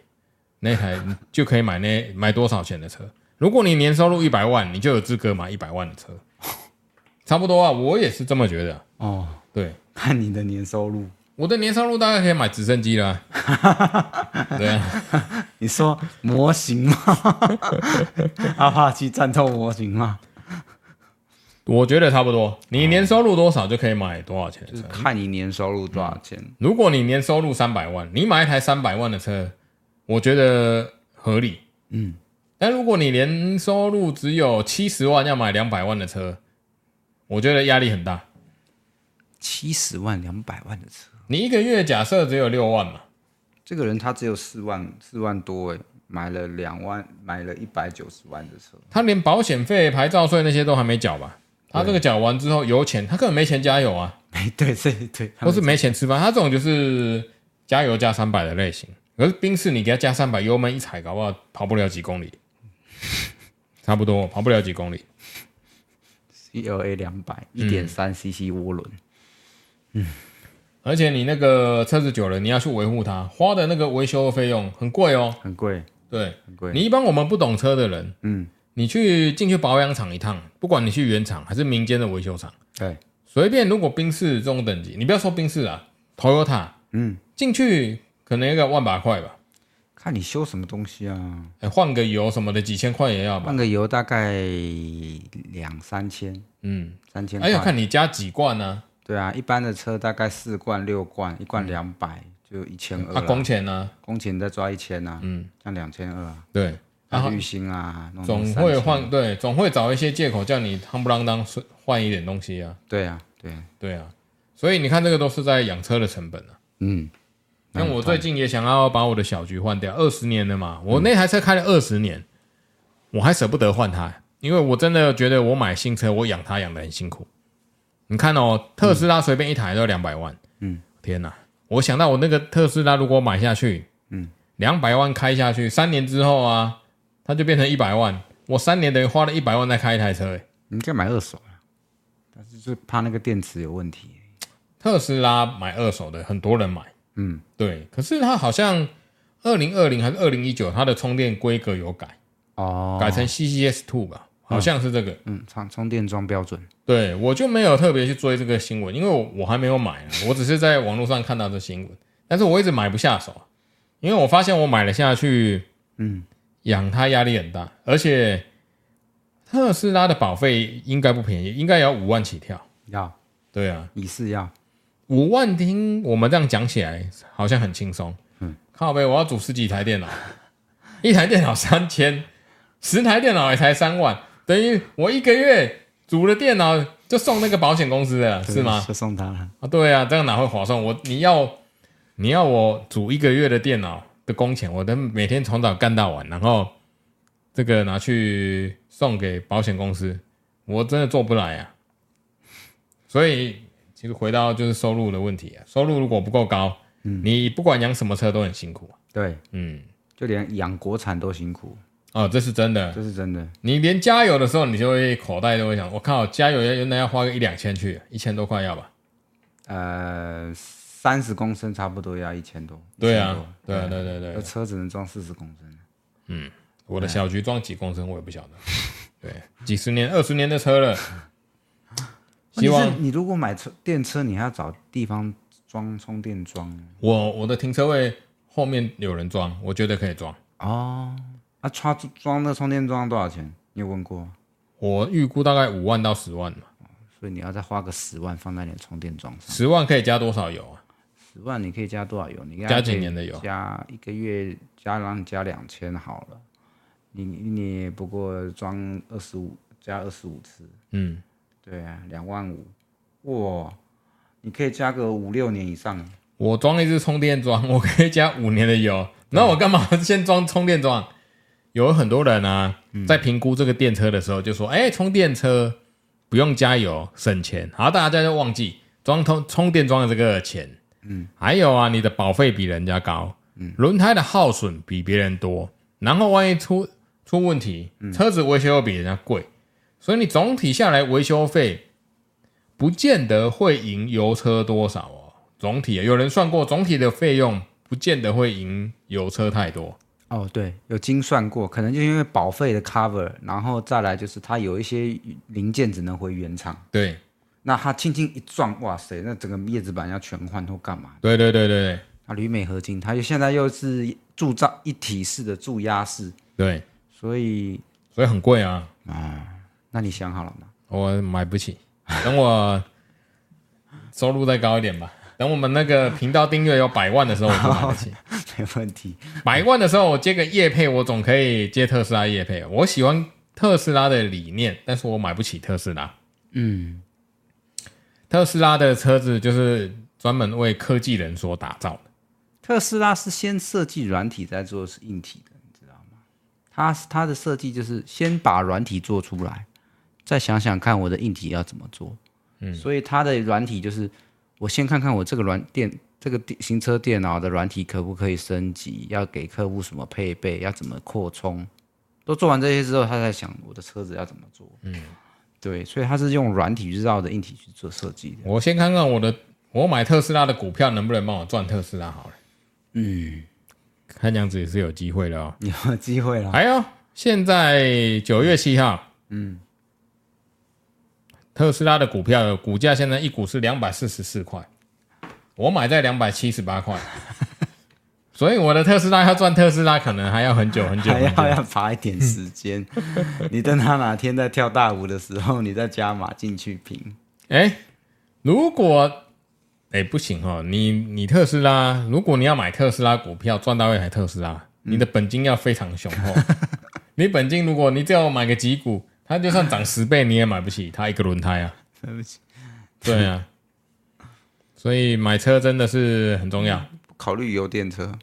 [SPEAKER 1] 那台 就可以买那买多少钱的车。如果你年收入一百万，你就有资格买一百万的车，差不多啊，我也是这么觉得啊、
[SPEAKER 2] 哦，
[SPEAKER 1] 对，
[SPEAKER 2] 看你的年收入。
[SPEAKER 1] 我的年收入大概可以买直升机了啊、对啊，
[SPEAKER 2] 你说模型吗？ 阿帕奇战斗模型吗？
[SPEAKER 1] 我觉得差不多。你年收入多少就可以买多少钱的
[SPEAKER 2] 就是
[SPEAKER 1] 车。
[SPEAKER 2] 看你年收入多少钱。
[SPEAKER 1] 如果你年收入三百万，你买一台三百万的车，我觉得合理。嗯，但如果你年收入只有七十万，要买两百万的车，我觉得压力很大。
[SPEAKER 2] 七十万、两百万的车，
[SPEAKER 1] 你一个月假设只有六万嘛，
[SPEAKER 2] 这个人他只有四万四万多哎，买了两万，买了一百九十万的车，
[SPEAKER 1] 他连保险费、牌照税那些都还没缴吧？他这个缴完之后油钱，他根本没钱加油啊，
[SPEAKER 2] 没 对，这对，
[SPEAKER 1] 或是没钱吃饭。他这种就是加油加三百的类型。可是宾士你给他加三百，油门一踩，搞不好跑不了几公 里，差不多跑不了几公里。
[SPEAKER 2] CLA 两百一
[SPEAKER 1] 嗯
[SPEAKER 2] 点三 CC 涡轮，
[SPEAKER 1] 而且你那个车子久了，你要去维护它，花的那个维修费用很贵哦。
[SPEAKER 2] 很贵，
[SPEAKER 1] 对，
[SPEAKER 2] 很贵。
[SPEAKER 1] 你一般我们不懂车的人，
[SPEAKER 2] 嗯，
[SPEAKER 1] 你去进去保养厂一趟，不管你去原厂还是民间的维修厂，
[SPEAKER 2] 对，
[SPEAKER 1] 随便如果宾士这种等级，你不要说宾士啊，Toyota，
[SPEAKER 2] 嗯，
[SPEAKER 1] 进去可能一个万把块吧，
[SPEAKER 2] 看你修什么东西啊？
[SPEAKER 1] 哎，换个油什么的几千块也要吧，
[SPEAKER 2] 换个油大概两三千，
[SPEAKER 1] 嗯，
[SPEAKER 2] 三千
[SPEAKER 1] 哎
[SPEAKER 2] 块。
[SPEAKER 1] 要看你加几罐呢、
[SPEAKER 2] 对啊，一般的车大概四罐六罐，一罐两百、就一千
[SPEAKER 1] 嗯啊，
[SPEAKER 2] 二。
[SPEAKER 1] 工钱呢、
[SPEAKER 2] 工钱再抓一千啊，
[SPEAKER 1] 嗯，
[SPEAKER 2] 像两千二啊，
[SPEAKER 1] 对，然
[SPEAKER 2] 像
[SPEAKER 1] 后
[SPEAKER 2] 滤芯啊，弄成
[SPEAKER 1] 总
[SPEAKER 2] 三
[SPEAKER 1] 会
[SPEAKER 2] 千
[SPEAKER 1] 换，对，总会找一些借口叫你夯不啷当换一点东西啊。
[SPEAKER 2] 对啊，对啊，
[SPEAKER 1] 对啊，所以你看，这个都是在养车的成本啊。
[SPEAKER 2] 嗯，
[SPEAKER 1] 像我最近也想要把我的小菊换掉，二十年了嘛，我那台车开了二十年，我还舍不得换它，因为我真的觉得我买新车，我养它养的很辛苦。你看哦，特斯拉随便一台都两百万，嗯，天哪！我想到我那个特斯拉如果买下去，嗯，两百万开下去，三年之后啊，它就变成一百万，我三年等于花了一百万再开一台车、欸，
[SPEAKER 2] 你应该买二手啊，但是就是怕那个电池有问题。
[SPEAKER 1] 特斯拉买二手的，很多人买，嗯，对。可是它好像二零二零还是二零一九，它的充电规格有改，
[SPEAKER 2] 哦，
[SPEAKER 1] 改成 CCS Two 吧，好像是这个。
[SPEAKER 2] 嗯，充充电桩标准，
[SPEAKER 1] 对我就没有特别去追这个新闻，因为我我还没有买 啊，我只是在网络上看到这新闻，但是我一直买不下手，因为我发现我买了下去，嗯，养它压力很大，而且特斯拉的保费应该不便宜，应该也要五万起跳。
[SPEAKER 2] 要
[SPEAKER 1] 对啊，
[SPEAKER 2] 以示要
[SPEAKER 1] 五万听我们这样讲起来好像很轻松，嗯，靠呗，我要组十几台电脑，一台电脑三千，十台电脑也才三万，等于我一个月组了电脑就送那个保险公司的，是吗？
[SPEAKER 2] 就 送他了。
[SPEAKER 1] 啊，对啊，这样哪会划算？我你要你要我组一个月的电脑的工钱，我都每天从早干到晚，然后这个拿去送给保险公司，我真的做不来啊。所以其实回到就是收入的问题啊，收入如果不够高，
[SPEAKER 2] 嗯
[SPEAKER 1] 你不管养什么车都很辛苦啊。
[SPEAKER 2] 对，
[SPEAKER 1] 嗯，
[SPEAKER 2] 就连养国产都辛苦，
[SPEAKER 1] 哦，这是真的。
[SPEAKER 2] 这是真的。
[SPEAKER 1] 你连加油的时候，你就会口袋都会想，我靠，加油要原来要花个一两千去，一千多块要吧？
[SPEAKER 2] 呃，三十公升差不多要一千多。
[SPEAKER 1] 对
[SPEAKER 2] 1000多
[SPEAKER 1] 啊，对啊，对对对
[SPEAKER 2] 那车只能装四十公升。
[SPEAKER 1] 我的小菊装几公升我也不晓得，
[SPEAKER 2] 哎
[SPEAKER 1] 对，几十年、二十年的车 了，希望
[SPEAKER 2] 哦问题是你如果买车电车，你还要找地方装充电桩
[SPEAKER 1] 我我的停车位后面有人装，我觉得可以装。
[SPEAKER 2] 哦。啊，装装那充电桩多少钱？你有问过吗？
[SPEAKER 1] 我预估大概五万到十万嘛，
[SPEAKER 2] 所以你要再花个十万放在你的充电桩上。
[SPEAKER 1] 十万可以加多少油啊？
[SPEAKER 2] 十万你可以加多少油？你应该
[SPEAKER 1] 加几年的油
[SPEAKER 2] 加一个月加让你加两千好了。你你不过装二十五加二十五次，
[SPEAKER 1] 嗯，
[SPEAKER 2] 对啊，两万五，哇，你可以加个五六年以上。
[SPEAKER 1] 我装一只充电桩， 我可以加五年的油，那我干嘛先装充电桩？有很多人啊，在评估这个电车的时候就说，哎、充电车不用加油，省钱。好，大家就忘记装充充电桩的这个钱。嗯，还有啊，你的保费比人家高，嗯，轮胎的耗损比别人多，然后万一出出问题，车子维修又比人家贵，所以你总体下来维修费不见得会赢油车多少哦。总体有人算过，总体的费用不见得会赢油车太多。
[SPEAKER 2] 哦，对，有精算过，可能就因为保费的 cover，然后再来就是它有一些零件只能回原厂，
[SPEAKER 1] 对，
[SPEAKER 2] 那他轻轻一撞，哇塞，那整个叶子板要全换或干嘛？
[SPEAKER 1] 对对对对
[SPEAKER 2] 那铝镁合金，它又现在又是铸造一体式的铸压式，
[SPEAKER 1] 对，
[SPEAKER 2] 所以
[SPEAKER 1] 所以很贵啊，
[SPEAKER 2] 那你想好了吗？
[SPEAKER 1] 我买不起。等我收入再高一点吧，等我们那个频道订阅有百万的时候，我就买得 起。
[SPEAKER 2] 没问题。
[SPEAKER 1] 百万的时候，我接个叶配，我总可以接特斯拉叶配。我喜欢特斯拉的理念，但是我买不起特斯拉。
[SPEAKER 2] 嗯，
[SPEAKER 1] 特斯拉的车子就是专门为科技人所打造的。
[SPEAKER 2] 特斯拉是先设计软体，再做是硬体的，你知道吗？它它的设计就是先把软体做出来，再想想看我的硬体要怎么做。嗯，所以它的软体就是我先看看我这个软电这个电行车电脑的软体可不可以升级，要给客户什么配备，要怎么扩充，都做完这些之后，他才想我的车子要怎么做。嗯，对，所以它是用软体去绕着硬体去做设计的。
[SPEAKER 1] 我先看看我的，我买特斯拉的股票能不能帮我赚特斯拉好了。嗯，看样子也是有机会的哦。
[SPEAKER 2] 你有机会啊了，
[SPEAKER 1] 还有，现在九月七号，嗯，特斯拉的股票股价现在一股是两百四十四块，我买在两百七十八 块，所以我的特斯拉要赚特斯拉可能还要很久很久
[SPEAKER 2] 还
[SPEAKER 1] 很
[SPEAKER 2] 要
[SPEAKER 1] 久。
[SPEAKER 2] 要罚一点时间。 你等他哪天在跳大舞的时候，你再加码进去拼。
[SPEAKER 1] 哎，如果哎不行哦，你你特斯拉，如果你要买特斯拉股票赚到一台特斯拉，
[SPEAKER 2] 嗯
[SPEAKER 1] 你的本金要非常雄 厚。你本金如果你只要买个几股，它就算涨十倍你也买不起它一个轮胎 啊。
[SPEAKER 2] 对不起，
[SPEAKER 1] 对啊，所以买车真的是很重要。
[SPEAKER 2] 不考虑油电车。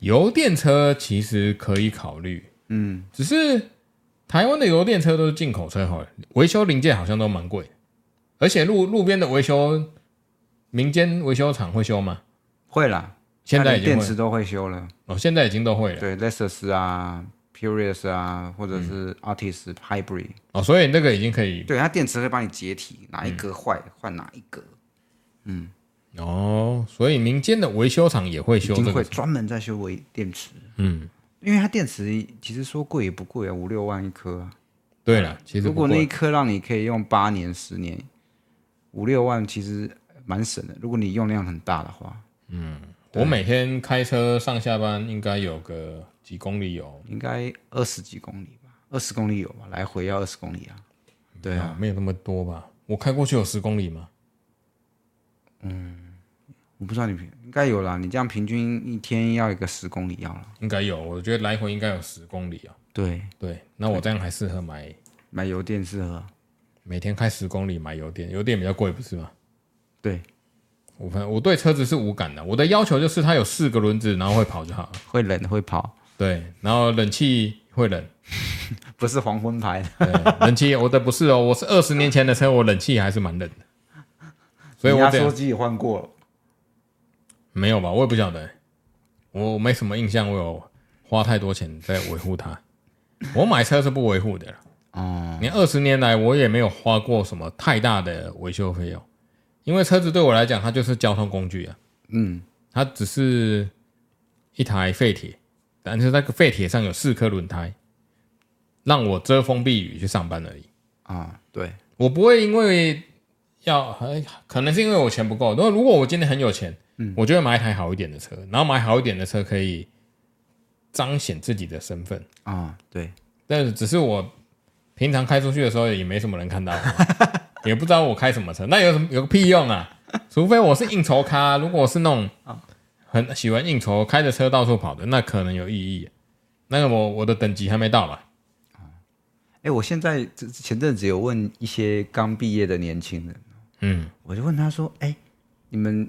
[SPEAKER 1] 油电车其实可以考虑，
[SPEAKER 2] 嗯，
[SPEAKER 1] 只是台湾的油电车都是进口车好了，维修零件好像都蛮贵的，而且路路边的维修，民间维修厂会修吗？
[SPEAKER 2] 会啦，
[SPEAKER 1] 现在已经
[SPEAKER 2] 啊电
[SPEAKER 1] 会
[SPEAKER 2] 池都会修了。
[SPEAKER 1] 哦，现在已经都会了
[SPEAKER 2] 对，Lexus 啊，Purius 啊，或者
[SPEAKER 1] 嗯
[SPEAKER 2] 是 Artis Hybrid，、
[SPEAKER 1] 哦，所以那个已经可以
[SPEAKER 2] 对，它电池会帮你解体，哪一
[SPEAKER 1] 嗯
[SPEAKER 2] 格坏、换哪一格，
[SPEAKER 1] 哦，所以民间的维修厂也会
[SPEAKER 2] 已
[SPEAKER 1] 修
[SPEAKER 2] 经
[SPEAKER 1] 这
[SPEAKER 2] 会
[SPEAKER 1] 个，
[SPEAKER 2] 专门在修微电池。
[SPEAKER 1] 嗯，
[SPEAKER 2] 因为它电池其实说贵也不贵啊，五六万一颗啊。
[SPEAKER 1] 对了，其实
[SPEAKER 2] 如
[SPEAKER 1] 不
[SPEAKER 2] 果那
[SPEAKER 1] 贵，
[SPEAKER 2] 一颗让你可以用八年、十年，五六万其实蛮省的。如果你用量很大的话，
[SPEAKER 1] 我每天开车上下班应该有个几公里有。
[SPEAKER 2] 应该二十几公里吧，二十公里有吧，来回要二十公里啊。对
[SPEAKER 1] 啊，
[SPEAKER 2] 啊，
[SPEAKER 1] 没有那么多吧？我开过去有十公里吗？
[SPEAKER 2] 我不知道你平应该有啦，你这样平均一天要一个十公里要了。
[SPEAKER 1] 应该有，我觉得来回应该有十公里啊。
[SPEAKER 2] 对，
[SPEAKER 1] 对，那我这样还适合买，
[SPEAKER 2] 买油电适合。
[SPEAKER 1] 每天开十公里买油电，油电比较贵，不是吗？
[SPEAKER 2] 对，
[SPEAKER 1] 我反正我对车子是无感的，我的要求就是它有四个轮子，然后会跑就好了。
[SPEAKER 2] 会冷会跑，
[SPEAKER 1] 对，然后冷气会冷，
[SPEAKER 2] 不是黄昏牌的。
[SPEAKER 1] 对，冷气我的不是哦，我是二十年前的车，我冷气还是蛮冷的，所以
[SPEAKER 2] 你
[SPEAKER 1] 我
[SPEAKER 2] 压
[SPEAKER 1] 这样
[SPEAKER 2] 缩机也换过了。
[SPEAKER 1] 没有吧？我也不晓得，我我没什么印象，我有花太多钱在维护它。我买车是不维护的啦。
[SPEAKER 2] 哦，
[SPEAKER 1] 你二十年来，我也没有花过什么太大的维修费用，因为车子对我来讲，它就是交通工具啊，
[SPEAKER 2] 嗯，
[SPEAKER 1] 它只是一台废铁，但是那个废铁上有四颗轮胎，让我遮风避雨去上班而已。
[SPEAKER 2] 啊，对，
[SPEAKER 1] 我不会因为要，哎可能是因为我钱不够。那如果我今天很有钱，嗯，我就会买一台好一点的车，然后买好一点的车可以彰显自己的身份。
[SPEAKER 2] 啊，对，
[SPEAKER 1] 但是只是我平常开出去的时候也没什么人看到我， 也不知道我开什么车，那有什么有个屁用啊？除非我是应酬咖，如果我是那种很喜欢应酬、开着车到处跑的，那可能有意义。那个我我的等级还没到嘛，
[SPEAKER 2] 哎，我现在这前阵子有问一些刚毕业的年轻人。哦
[SPEAKER 1] 嗯，
[SPEAKER 2] 我就问他说：“哎、你们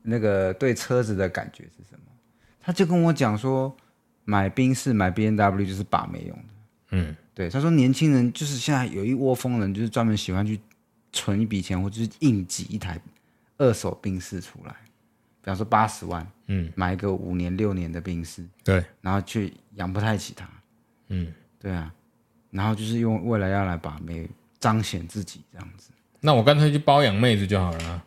[SPEAKER 2] 那个对车子的感觉是什么？”他就跟我讲说，买宾士、买 B N W 就是把妹用的。
[SPEAKER 1] 嗯，
[SPEAKER 2] 对，他说年轻人就是现在有一窝蜂人，就是专门喜欢去存一笔钱，或者是硬挤一台二手宾士出来，比方说八十万，
[SPEAKER 1] 嗯，
[SPEAKER 2] 买一个五年六年的宾士，
[SPEAKER 1] 对，
[SPEAKER 2] 然后去养不太起它。
[SPEAKER 1] 嗯，
[SPEAKER 2] 对啊，然后就是用未来要来把妹，彰显自己这样子。
[SPEAKER 1] 那我干脆去包养妹子就好了啊、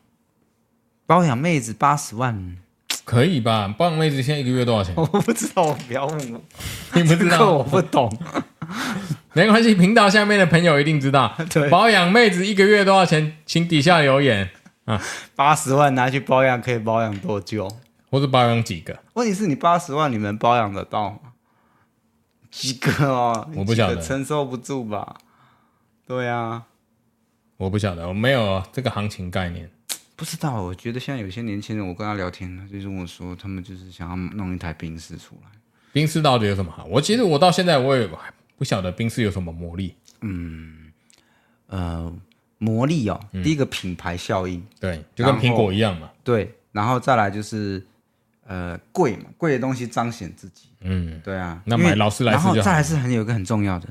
[SPEAKER 2] 包养妹子八十万，
[SPEAKER 1] 可以吧？包养妹子现在一个月多少钱？
[SPEAKER 2] 我不知道，我不要问我，
[SPEAKER 1] 你不知
[SPEAKER 2] 哦这个
[SPEAKER 1] 道？
[SPEAKER 2] 我不懂。
[SPEAKER 1] 没关系，频道下面的朋友一定知道，
[SPEAKER 2] 对，
[SPEAKER 1] 保养妹子一个月多少钱？请底下留言，
[SPEAKER 2] 八十万拿去保养可以保养多久？
[SPEAKER 1] 或者保养几个？
[SPEAKER 2] 问题是你八十万你们保养得到吗？几个哦？
[SPEAKER 1] 我不晓得
[SPEAKER 2] 几个承受不住吧？对啊，
[SPEAKER 1] 我不晓得，我没有这个行情概念。
[SPEAKER 2] 不知道。我觉得现在有些年轻人，我跟他聊天，他就跟我说，他们就是想要弄一台冰室出来。
[SPEAKER 1] 冰丝到底有什么好？我其实我到现在我也不晓得冰丝有什么魔力。
[SPEAKER 2] 呃，魔力哦，
[SPEAKER 1] 嗯
[SPEAKER 2] 第一个品牌效应，
[SPEAKER 1] 对，就跟苹果一样嘛。
[SPEAKER 2] 对，然后再来就是呃贵嘛，贵的东西彰显自己。
[SPEAKER 1] 嗯，
[SPEAKER 2] 对啊，
[SPEAKER 1] 那
[SPEAKER 2] 因为
[SPEAKER 1] 买劳斯莱斯
[SPEAKER 2] 然后
[SPEAKER 1] 就好
[SPEAKER 2] 再来是很有一个很重要的，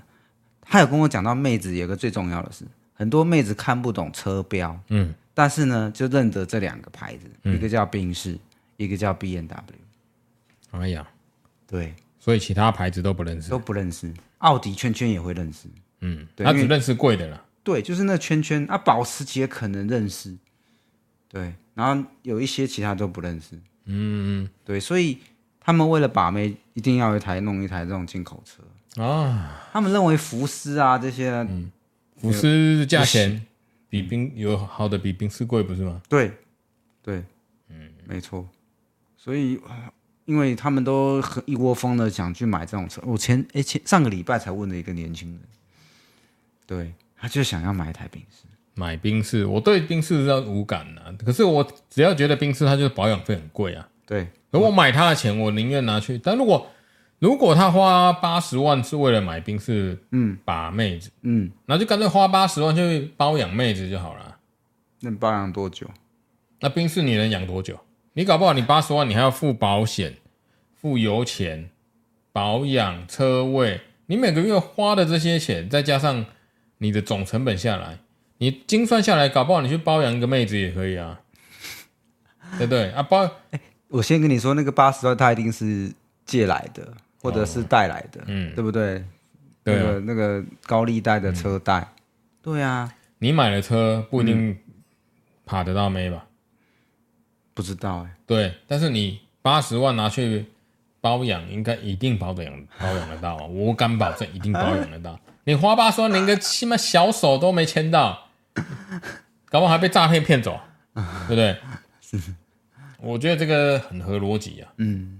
[SPEAKER 2] 他有跟我讲到妹子有个最重要的是，很多妹子看不懂车标，
[SPEAKER 1] 嗯，
[SPEAKER 2] 但是呢就认得这两个牌子，一个叫宾士，一个叫 B N W，
[SPEAKER 1] 哎呀，
[SPEAKER 2] 对，
[SPEAKER 1] 所以其他牌子都不认识。
[SPEAKER 2] 都不认识。奥迪圈圈也会认识，
[SPEAKER 1] 嗯，
[SPEAKER 2] 对
[SPEAKER 1] 他
[SPEAKER 2] 因为
[SPEAKER 1] 只认识贵的啦。
[SPEAKER 2] 对，就是那圈圈啊，保时捷可能认识，对，然后有一些其他都不认识，
[SPEAKER 1] 嗯
[SPEAKER 2] 对，所以他们为了把妹，一定要有一台弄一台这种进口车。
[SPEAKER 1] 啊，嗯
[SPEAKER 2] 他们认为福斯啊这些，
[SPEAKER 1] 福斯价钱比冰有好的比冰丝贵不是吗？
[SPEAKER 2] 对，对，嗯，没错。所以，呃因为他们都很一窝蜂的想去买这种车。我前诶前上个礼拜才问了一个年轻人，对，他就想要买一台宾士。
[SPEAKER 1] 买冰室，我对冰室是无感的、啊可是我只要觉得冰室它就是保养费很贵啊，
[SPEAKER 2] 对，
[SPEAKER 1] 如果买它的钱，我宁愿拿去。但如果如果他花八十万是为了买冰室，嗯，把妹子，
[SPEAKER 2] 嗯，
[SPEAKER 1] 那就干脆花八十万去包养妹子就好了。啊
[SPEAKER 2] 那你保养多久？
[SPEAKER 1] 那冰室你能养多久？你搞不好你八十万，你还要付保险、付油钱、保养、车位，你每个月花的这些钱，再加上你的总成本下来，你精算下来，搞不好你去包养一个妹子也可以啊，对不对？啊，包
[SPEAKER 2] 我先跟你说，那个八十万他一定是借来的，或者是贷来的，嗯，对不对？
[SPEAKER 1] 哦对啊嗯
[SPEAKER 2] 那个那个高利贷的车贷，对啊，
[SPEAKER 1] 你买了车不一定爬得到妹吧？
[SPEAKER 2] 不知道哎、
[SPEAKER 1] 对，但是你八十万拿去包养，应该一定包得养包养得到啊！我敢保证一定包养得到。你花八十万，连个起码小手都没牵到，搞不好还被诈骗骗走，啊对不对？我觉得这个很合逻辑啊。嗯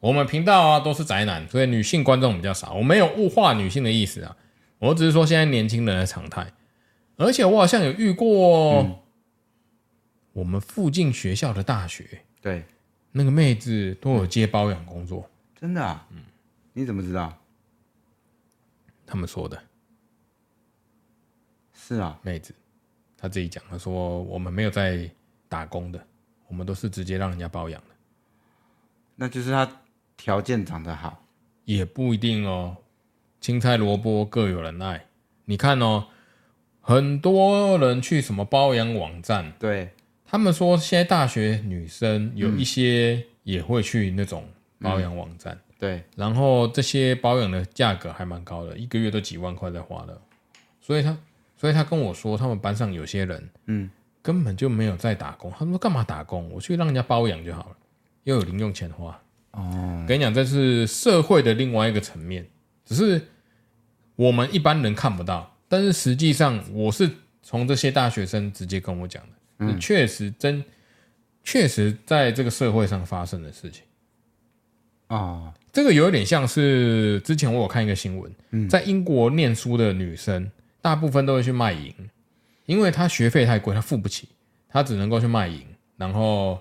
[SPEAKER 1] 我们频道啊都是宅男，所以女性观众比较少。我没有物化女性的意思啊，我只是说现在年轻人的常态。而且我好像有遇过我们附近学校的大学，
[SPEAKER 2] 对，
[SPEAKER 1] 那个妹子都有接包养工作，
[SPEAKER 2] 真的、啊，你怎么知道？
[SPEAKER 1] 他们说的
[SPEAKER 2] 是啊，
[SPEAKER 1] 妹子，她自己讲，她说我们没有在打工的，我们都是直接让人家包养的，
[SPEAKER 2] 那就是他条件长得好，
[SPEAKER 1] 也不一定哦。青菜萝卜各有人爱，你看哦，很多人去什么包养网站，
[SPEAKER 2] 对，
[SPEAKER 1] 他们说现在大学女生有一些也会去那种包养网站，
[SPEAKER 2] 对，
[SPEAKER 1] 然后这些保养的价格还蛮高的，一个月都几万块在花的，所以他，所以他跟我说，他们班上有些人，
[SPEAKER 2] 嗯，
[SPEAKER 1] 根本就没有在打工。他们说干嘛打工？我去让人家包养就好了，又有零用钱花。哦，跟你讲，这是社会的另外一个层面，只是我们一般人看不到，但是实际上我是从这些大学生直接跟我讲的，是确实真，确实在这个社会上发生的事情。
[SPEAKER 2] 哦，
[SPEAKER 1] 这个有点像是之前我有看一个新闻，在英国念书的女生大部分都会去卖淫，因为她学费太贵，她付不起，她只能够去卖淫，然后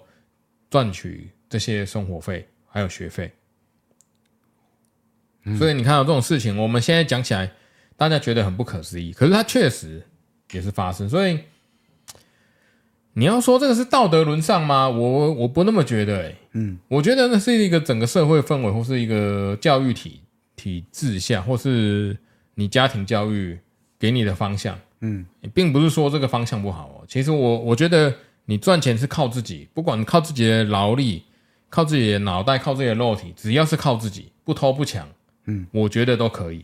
[SPEAKER 1] 赚取这些生活费还有学费。所以你看到这种事情，我们现在讲起来，大家觉得很不可思议，可是它确实也是发生。所以你要说这个是道德沦丧吗？我我不那么觉得、欸，我觉得那是一个整个社会氛围，或是一个教育体体制下，或是你家庭教育给你的方向。
[SPEAKER 2] 嗯，
[SPEAKER 1] 并不是说这个方向不好哦。其实我我觉得你赚钱是靠自己，不管你靠自己的劳力、靠自己的脑袋、靠自己的肉体，只要是靠自己，不偷不抢，
[SPEAKER 2] 嗯，
[SPEAKER 1] 我觉得都可以。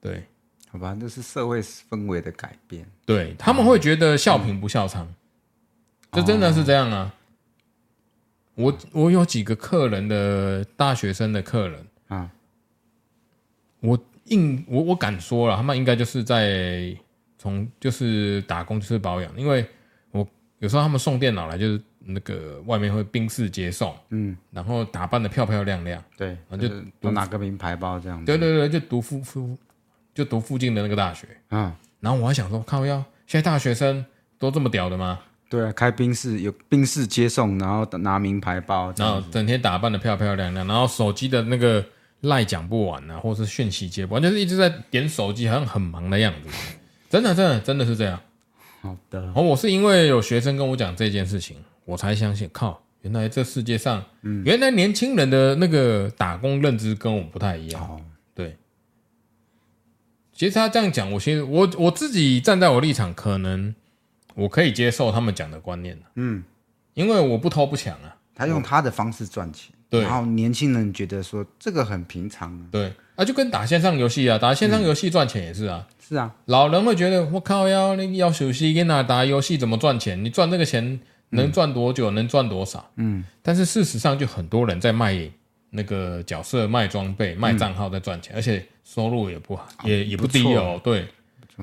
[SPEAKER 1] 对
[SPEAKER 2] 好吧，这是社会氛围的改变，
[SPEAKER 1] 对，他们会觉得笑贫不笑娼，这真的是这样啊。我我有几个客人的大学生的客人，
[SPEAKER 2] 啊，
[SPEAKER 1] 我硬我我敢说了，他们应该就是在从就是打工就是保养，因为我有时候他们送电脑来就是那个外面会宾士接送，嗯，然后打扮的漂漂亮亮，
[SPEAKER 2] 对，
[SPEAKER 1] 啊就
[SPEAKER 2] 就是都拿个名牌包这样子，
[SPEAKER 1] 对对对，就读附附就读附近的那个大学，
[SPEAKER 2] 嗯，
[SPEAKER 1] 然后我还想说靠要现在大学生都这么屌的吗？
[SPEAKER 2] 对啊，开宾士有宾士接送，然后拿名牌包这
[SPEAKER 1] 然
[SPEAKER 2] 样，
[SPEAKER 1] 后整天打扮的漂漂亮亮，然后手机的那个赖讲不完啊，或是讯息接不完，就是一直在点手机，好像很忙的样子。 真的，真的，真的是这样。
[SPEAKER 2] 好的，
[SPEAKER 1] 哦，我是因为有学生跟我讲这件事情，我才相信，靠，原来这世界上，原来年轻人的那个打工认知跟我们不太一样。
[SPEAKER 2] 哦
[SPEAKER 1] 对，其实他这样讲，我其实我我自己站在我立场，可能我可以接受他们讲的观念，嗯，因为我不偷不抢啊，
[SPEAKER 2] 他用他的方式赚钱，
[SPEAKER 1] 对
[SPEAKER 2] 然后年轻人觉得说这个很平常啊，
[SPEAKER 1] 对啊，就跟打线上游戏啊，打线上游戏赚钱也是啊。
[SPEAKER 2] 是啊，
[SPEAKER 1] 老人会觉得我靠要那要休息，跟哪打游戏怎么赚钱？你赚这个钱能赚多久？能赚多少？嗯，但是事实上，就很多人在卖那个角色、卖装备、卖账号在赚钱，而且收入也不好，也也不低
[SPEAKER 2] 啊不
[SPEAKER 1] 哦。对，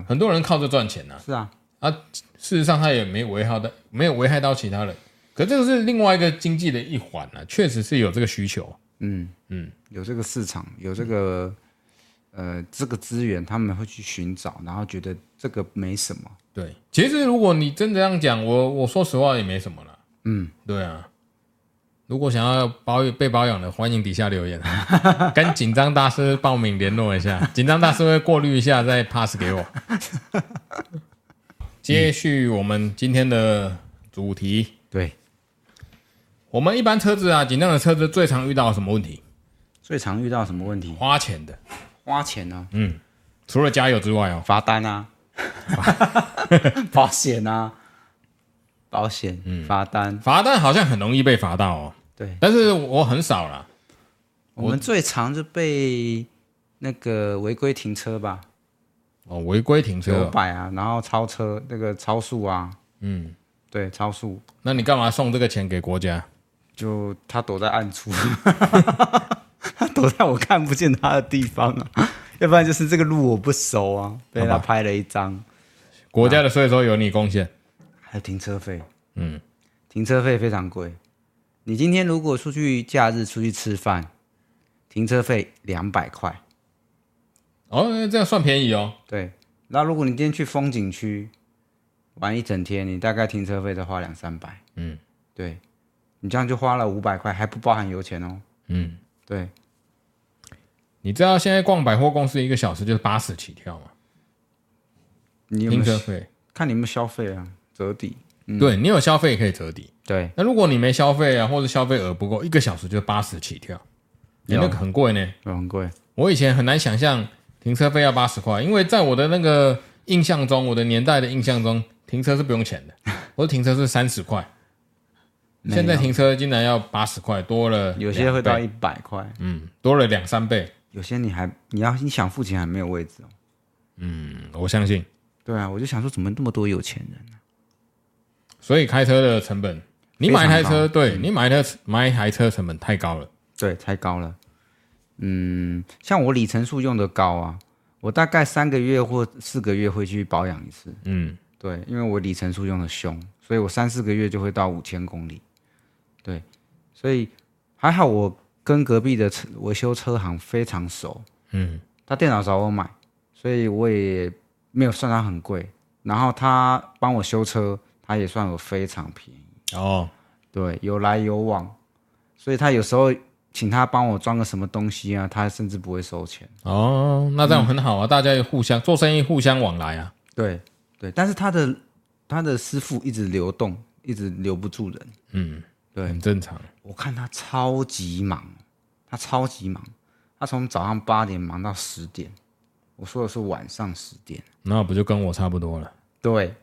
[SPEAKER 1] 很多人靠这赚钱呐、
[SPEAKER 2] 是啊，
[SPEAKER 1] 事实上，他也没危害到，没有危害到其他人。可这个是另外一个经济的一环啊，确实是有这个需求。
[SPEAKER 2] 嗯
[SPEAKER 1] 嗯，
[SPEAKER 2] 有这个市场，有这个呃这个资源，他们会去寻找，然后觉得这个没什么，
[SPEAKER 1] 对，其实如果你真的这样讲，我我说实话也没什么啦。
[SPEAKER 2] 嗯，
[SPEAKER 1] 对啊。如果想要保被保养的，欢迎底下留言，啊跟紧张大师报名联络一下，紧张大师会过滤一下再 pass 给我。接续我们今天的主题，
[SPEAKER 2] 对，
[SPEAKER 1] 我们一般车子啊，紧张的车子最常遇到什么问题？
[SPEAKER 2] 最常遇到什么问题？
[SPEAKER 1] 花钱的，
[SPEAKER 2] 花钱啊，
[SPEAKER 1] 除了加油之外哦，
[SPEAKER 2] 罚单 啊，保险啊，保险，罚单。
[SPEAKER 1] 罚单好像很容易被罚到哦，
[SPEAKER 2] 对，
[SPEAKER 1] 但是我很少啦。
[SPEAKER 2] 我们最常就被那个违规停车吧，
[SPEAKER 1] 哦，违规停车
[SPEAKER 2] 九
[SPEAKER 1] 哦、
[SPEAKER 2] 百啊，然后超车那个超速啊，
[SPEAKER 1] 嗯，
[SPEAKER 2] 对，超速
[SPEAKER 1] 那你干嘛送这个钱给国家？
[SPEAKER 2] 就他躲在暗处， 他躲在我看不见他的地方啊，要不然就是这个路我不熟啊，被他
[SPEAKER 1] 好吧
[SPEAKER 2] 拍了一张，
[SPEAKER 1] 国家的税收有你贡
[SPEAKER 2] 啊
[SPEAKER 1] 献，
[SPEAKER 2] 还有停车费，
[SPEAKER 1] 嗯，
[SPEAKER 2] 停车费非常贵。你今天如果出去假日出去吃饭，停车费两百块，
[SPEAKER 1] 哦，这样算便宜哦。
[SPEAKER 2] 对。那如果你今天去风景区玩一整天，你大概停车费再花两三百，
[SPEAKER 1] 嗯，
[SPEAKER 2] 对，你这样就花了五百块，还不包含油钱哦，
[SPEAKER 1] 嗯，
[SPEAKER 2] 对，
[SPEAKER 1] 你知道现在逛百货公司一个小时就是八十起跳吗？
[SPEAKER 2] 你有没嗯
[SPEAKER 1] 停车
[SPEAKER 2] 有
[SPEAKER 1] 费，
[SPEAKER 2] 看你有没有消费啊？折抵，
[SPEAKER 1] 对你有消费可以折抵。
[SPEAKER 2] 对，
[SPEAKER 1] 那如果你没消费啊，或者消费额不够，一个小时就八十起跳，你、
[SPEAKER 2] 有
[SPEAKER 1] 那个很贵呢。
[SPEAKER 2] 哦很贵，
[SPEAKER 1] 我以前很难想象停车费要八十块，因为在我的那个印象中，我的年代的印象中，停车是不用 钱的，我的停车是三十块。
[SPEAKER 2] 没有
[SPEAKER 1] 现在停车竟然要八十块，多了
[SPEAKER 2] 有些会到
[SPEAKER 1] 两倍
[SPEAKER 2] 一百块，
[SPEAKER 1] 嗯，多了两三倍。
[SPEAKER 2] 有些你还你要你想付钱还没有位置哦。
[SPEAKER 1] 嗯，我相信。
[SPEAKER 2] 对啊，我就想说怎么那么多有钱人？
[SPEAKER 1] 所以开车的成本，你买一台车，对你买一台车买一台车成本太高了。
[SPEAKER 2] 对，太高了。嗯，像我里程数用的高啊，我大概三个月或四个月会去保养一次。
[SPEAKER 1] 嗯，
[SPEAKER 2] 对，因为我里程数用的凶，所以我三四个月就会到五千公里。对，所以还好我跟隔壁的车维修车行非常熟，
[SPEAKER 1] 嗯，
[SPEAKER 2] 他电脑找我买，所以我也没有算他很贵。然后他帮我修车，他也算我非常便宜。
[SPEAKER 1] 哦，
[SPEAKER 2] 对，有来有往，所以他有时候请他帮我装个什么东西啊，他甚至不会收钱。
[SPEAKER 1] 哦，那这样很好啊，大家也互相做生意，互相往来啊。
[SPEAKER 2] 对对，但是他的他的师傅一直流动，一直留不住人。
[SPEAKER 1] 嗯，
[SPEAKER 2] 对
[SPEAKER 1] 很正常。
[SPEAKER 2] 我看他超级忙，他超级忙，他从早上八点忙到十点，我说的是晚上十点。
[SPEAKER 1] 那不就跟我差不多了？
[SPEAKER 2] 对，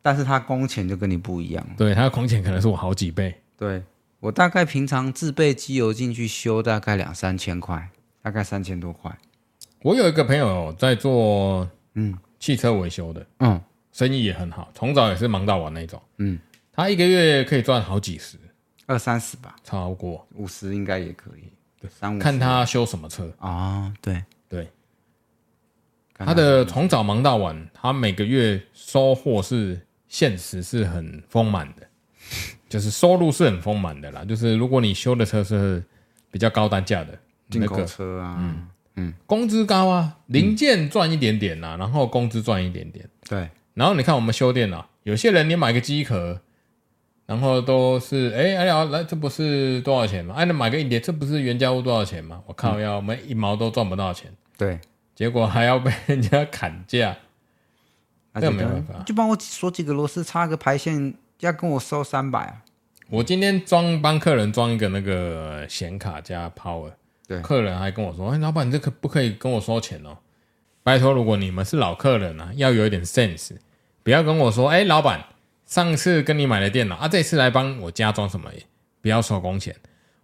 [SPEAKER 2] 但是他工钱就跟你不一样了。
[SPEAKER 1] 对，他的空钱可能是我好几倍。
[SPEAKER 2] 对我大概平常自备机油进去修大概两三千块，大概三千多块。
[SPEAKER 1] 我有一个朋友在做嗯汽车维修的，
[SPEAKER 2] 嗯，
[SPEAKER 1] 生意也很好，从早也是忙到晚那种。嗯，他一个月可以赚好几十，
[SPEAKER 2] 二三十吧，
[SPEAKER 1] 超过。嗯
[SPEAKER 2] 五十应该也可以。对，三五
[SPEAKER 1] 看他修什么车，
[SPEAKER 2] 啊、哦，对，
[SPEAKER 1] 对，他的从早忙到晚，他每个月收获是现实是很丰满的， 就是收入是很丰满的啦。就是如果你修的车是比较高单价的，
[SPEAKER 2] 进
[SPEAKER 1] 那
[SPEAKER 2] 口嗯
[SPEAKER 1] 个
[SPEAKER 2] 车啊，嗯，
[SPEAKER 1] 工资高啊，零件赚一点点啦、然后工资赚一点点。
[SPEAKER 2] 对，
[SPEAKER 1] 然后你看我们修电脑，有些人你买个机壳，然后都是哎哎呀，来这不是多少钱吗？哎、那买个硬碟，这不是原价物多少钱吗？我
[SPEAKER 2] 嗯
[SPEAKER 1] 靠要，我们一毛都赚不到钱，
[SPEAKER 2] 对，
[SPEAKER 1] 结果还要被人家砍价。
[SPEAKER 2] 那
[SPEAKER 1] 这
[SPEAKER 2] 就
[SPEAKER 1] 没
[SPEAKER 2] 跟
[SPEAKER 1] 办法
[SPEAKER 2] 就帮我锁几个螺丝，插个排线，要跟我收三百啊，
[SPEAKER 1] 我今天装帮客人装一个那个显卡加 Power，
[SPEAKER 2] 对
[SPEAKER 1] 客人还跟我说：“哎，老板，你这可不可以跟我收钱哦？”拜托，如果你们是老客人啊，要有一点 sense，不要跟我说：“哎，老板，上次跟你买的电脑啊，这次来帮我加装什么？不要收工钱，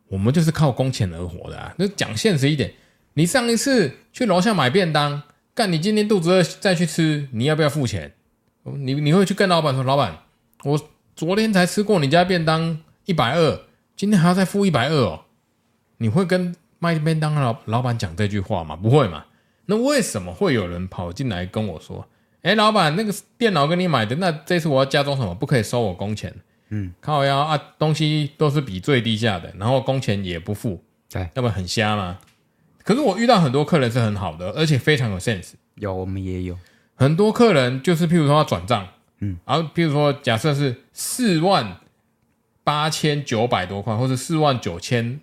[SPEAKER 1] 我们就是靠工钱而活的啊。”就讲现实一点，你上一次去楼下买便当，干你今天肚子饿再去吃，你要不要付钱？哦你你会去跟老板说：“老板，我昨天才吃过你家便当一百二，今天还要再付一百二哦。你会跟卖便当的老老板讲这句话吗？不会嘛？那为什么会有人跑进来跟我说：“哎，老板，那个电脑跟你买的，那这次我要加装什么？不可以收我工钱。”嗯，靠腰啊，东西都是比最低价的，然后工钱也不付，
[SPEAKER 2] 对，
[SPEAKER 1] 那么很瞎吗？可是我遇到很多客人是很好的，而且非常有 sense。
[SPEAKER 2] 有我们也有，
[SPEAKER 1] 很多客人就是，譬如说他转账，嗯，然后譬如说假设是四万八千九百多块，或者四万九千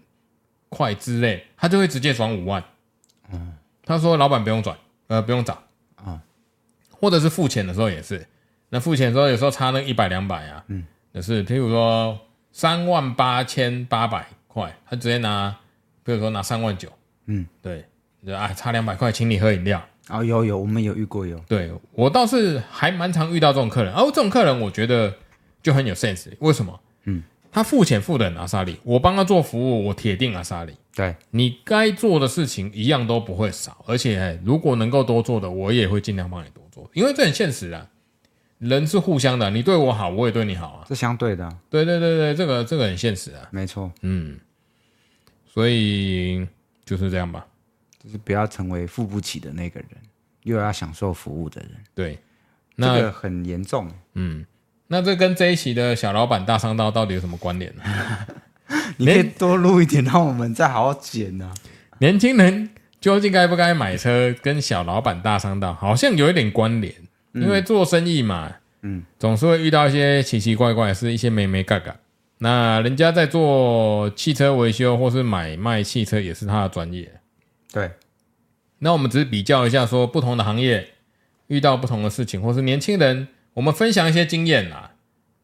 [SPEAKER 1] 块之类，他就会直接转五万。他说老板不用转，呃，不用找，
[SPEAKER 2] 哦
[SPEAKER 1] 或者是付钱的时候也是，那付钱的时候有时候差那一百两百啊，嗯，就是譬如说三万八千八百块，他直接拿，譬如说拿三万九，
[SPEAKER 2] 嗯，
[SPEAKER 1] 对，就啊差两百块，请你喝饮料。
[SPEAKER 2] 哦有有，我们有遇过有，
[SPEAKER 1] 对我倒是还蛮常遇到这种客人，哦，这种客人我觉得就很有 sense。为什么？
[SPEAKER 2] 嗯，
[SPEAKER 1] 他付钱付的很阿莎利，我帮他做服务，我铁定阿莎利。
[SPEAKER 2] 对，
[SPEAKER 1] 你该做的事情一样都不会少，而且、哎如果能够多做的，我也会尽量帮你多做，因为这很现实啊。人是互相的，你对我好，我也对你好啊。
[SPEAKER 2] 这相对的啊，
[SPEAKER 1] 对对对对，这个这个很现实啊。
[SPEAKER 2] 没错，
[SPEAKER 1] 嗯，所以就是这样吧。
[SPEAKER 2] 就是不要成为付不起的那个人，又要享受服务的人，
[SPEAKER 1] 对，
[SPEAKER 2] 这
[SPEAKER 1] 那、
[SPEAKER 2] 个很严重。
[SPEAKER 1] 嗯，那这跟这一期的小老板大商道到底有什么关联呢？
[SPEAKER 2] 你可以多录一点，让我们再好好剪啊呢、
[SPEAKER 1] 年轻人究竟该不该买车，跟小老板大商道好像有一点关联，因为做生意嘛，
[SPEAKER 2] 嗯，
[SPEAKER 1] 总是会遇到一些奇奇怪怪，是一些没没嘎嘎。那人家在做汽车维修或是买卖汽车，也是他的专业。
[SPEAKER 2] 对，
[SPEAKER 1] 那我们只是比较一下，说不同的行业遇到不同的事情，或是年轻人，我们分享一些经验啦，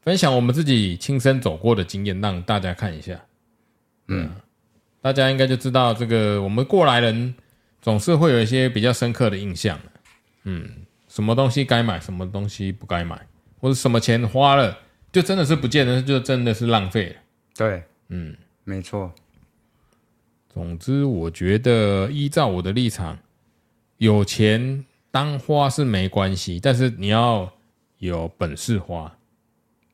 [SPEAKER 1] 分享我们自己亲身走过的经验，让大家看一下。嗯，大家应该就知道这个，我们过来人总是会有一些比较深刻的印象。嗯，什么东西该买，什么东西不该买，或者什么钱花了，就真的是不见得，就真的是浪费了。
[SPEAKER 2] 对，
[SPEAKER 1] 嗯。
[SPEAKER 2] 没错，
[SPEAKER 1] 总之，我觉得依照我的立场，有钱当花是没关系，但是你要有本事花。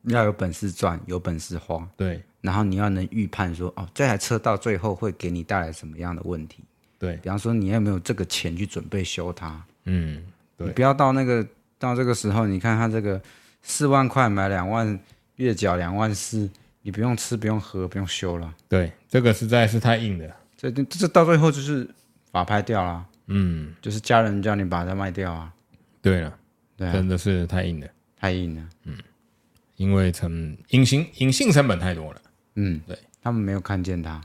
[SPEAKER 2] 要有本事赚，有本事花，
[SPEAKER 1] 对
[SPEAKER 2] 然后你要能预判说，哦，这台车到最后会给你带来什么样的问题。
[SPEAKER 1] 对，
[SPEAKER 2] 比方说，你有没有这个钱去准备修它？
[SPEAKER 1] 嗯，对
[SPEAKER 2] 你不要到那个到这个时候，你看它这个四万块买两万，月缴两万四，你不用吃，不用喝，不用修了，
[SPEAKER 1] 对，这个实在是太硬了。
[SPEAKER 2] 这这这到最后就是法拍掉了，
[SPEAKER 1] 嗯，
[SPEAKER 2] 就是家人叫你把它卖掉啊，
[SPEAKER 1] 对了，
[SPEAKER 2] 对啊，
[SPEAKER 1] 真的是太硬了，
[SPEAKER 2] 太硬了，
[SPEAKER 1] 因为成隐形隐性成本太多了。
[SPEAKER 2] 嗯，
[SPEAKER 1] 对，
[SPEAKER 2] 他们没有看见它，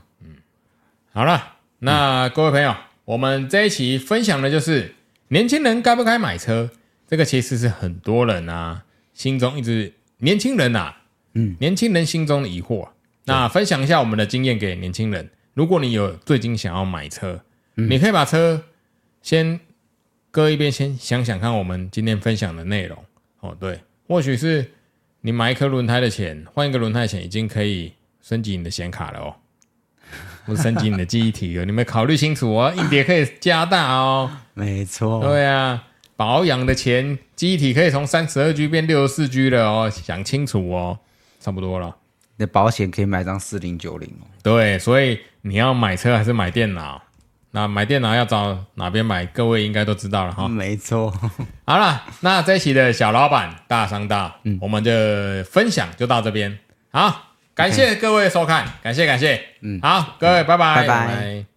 [SPEAKER 1] 好了，那各位朋友，我们这一期分享的就是年轻人该不该买车，这个其实是很多人啊心中一直年轻人啊，嗯，年轻人心中的疑惑啊、那分享一下我们的经验给年轻人，如果你有最近想要买车，你可以把车先搁一边，先想想看我们今天分享的内容哦。对，或许是你买一颗轮胎的钱，换一个轮胎的钱，已经可以升级你的显卡了哦。不是升级你的记忆体哦，你们考虑清楚哦，硬碟可以加大哦。
[SPEAKER 2] 没错
[SPEAKER 1] 对啊，保养的钱，记忆体可以从三十二 G 变六十四 G 了哦，想清楚哦，差不多了。
[SPEAKER 2] 你的保险可以买张四零九零哦。
[SPEAKER 1] 对，所以你要买车还是买电脑？那买电脑要找哪边买？各位应该都知道了哈。
[SPEAKER 2] 没错，
[SPEAKER 1] 好了，那这一期的小老板大商大，我们的分享就到这边。好，感谢各位收看，感谢感谢，嗯，好，各位拜拜，
[SPEAKER 2] 拜拜
[SPEAKER 1] 拜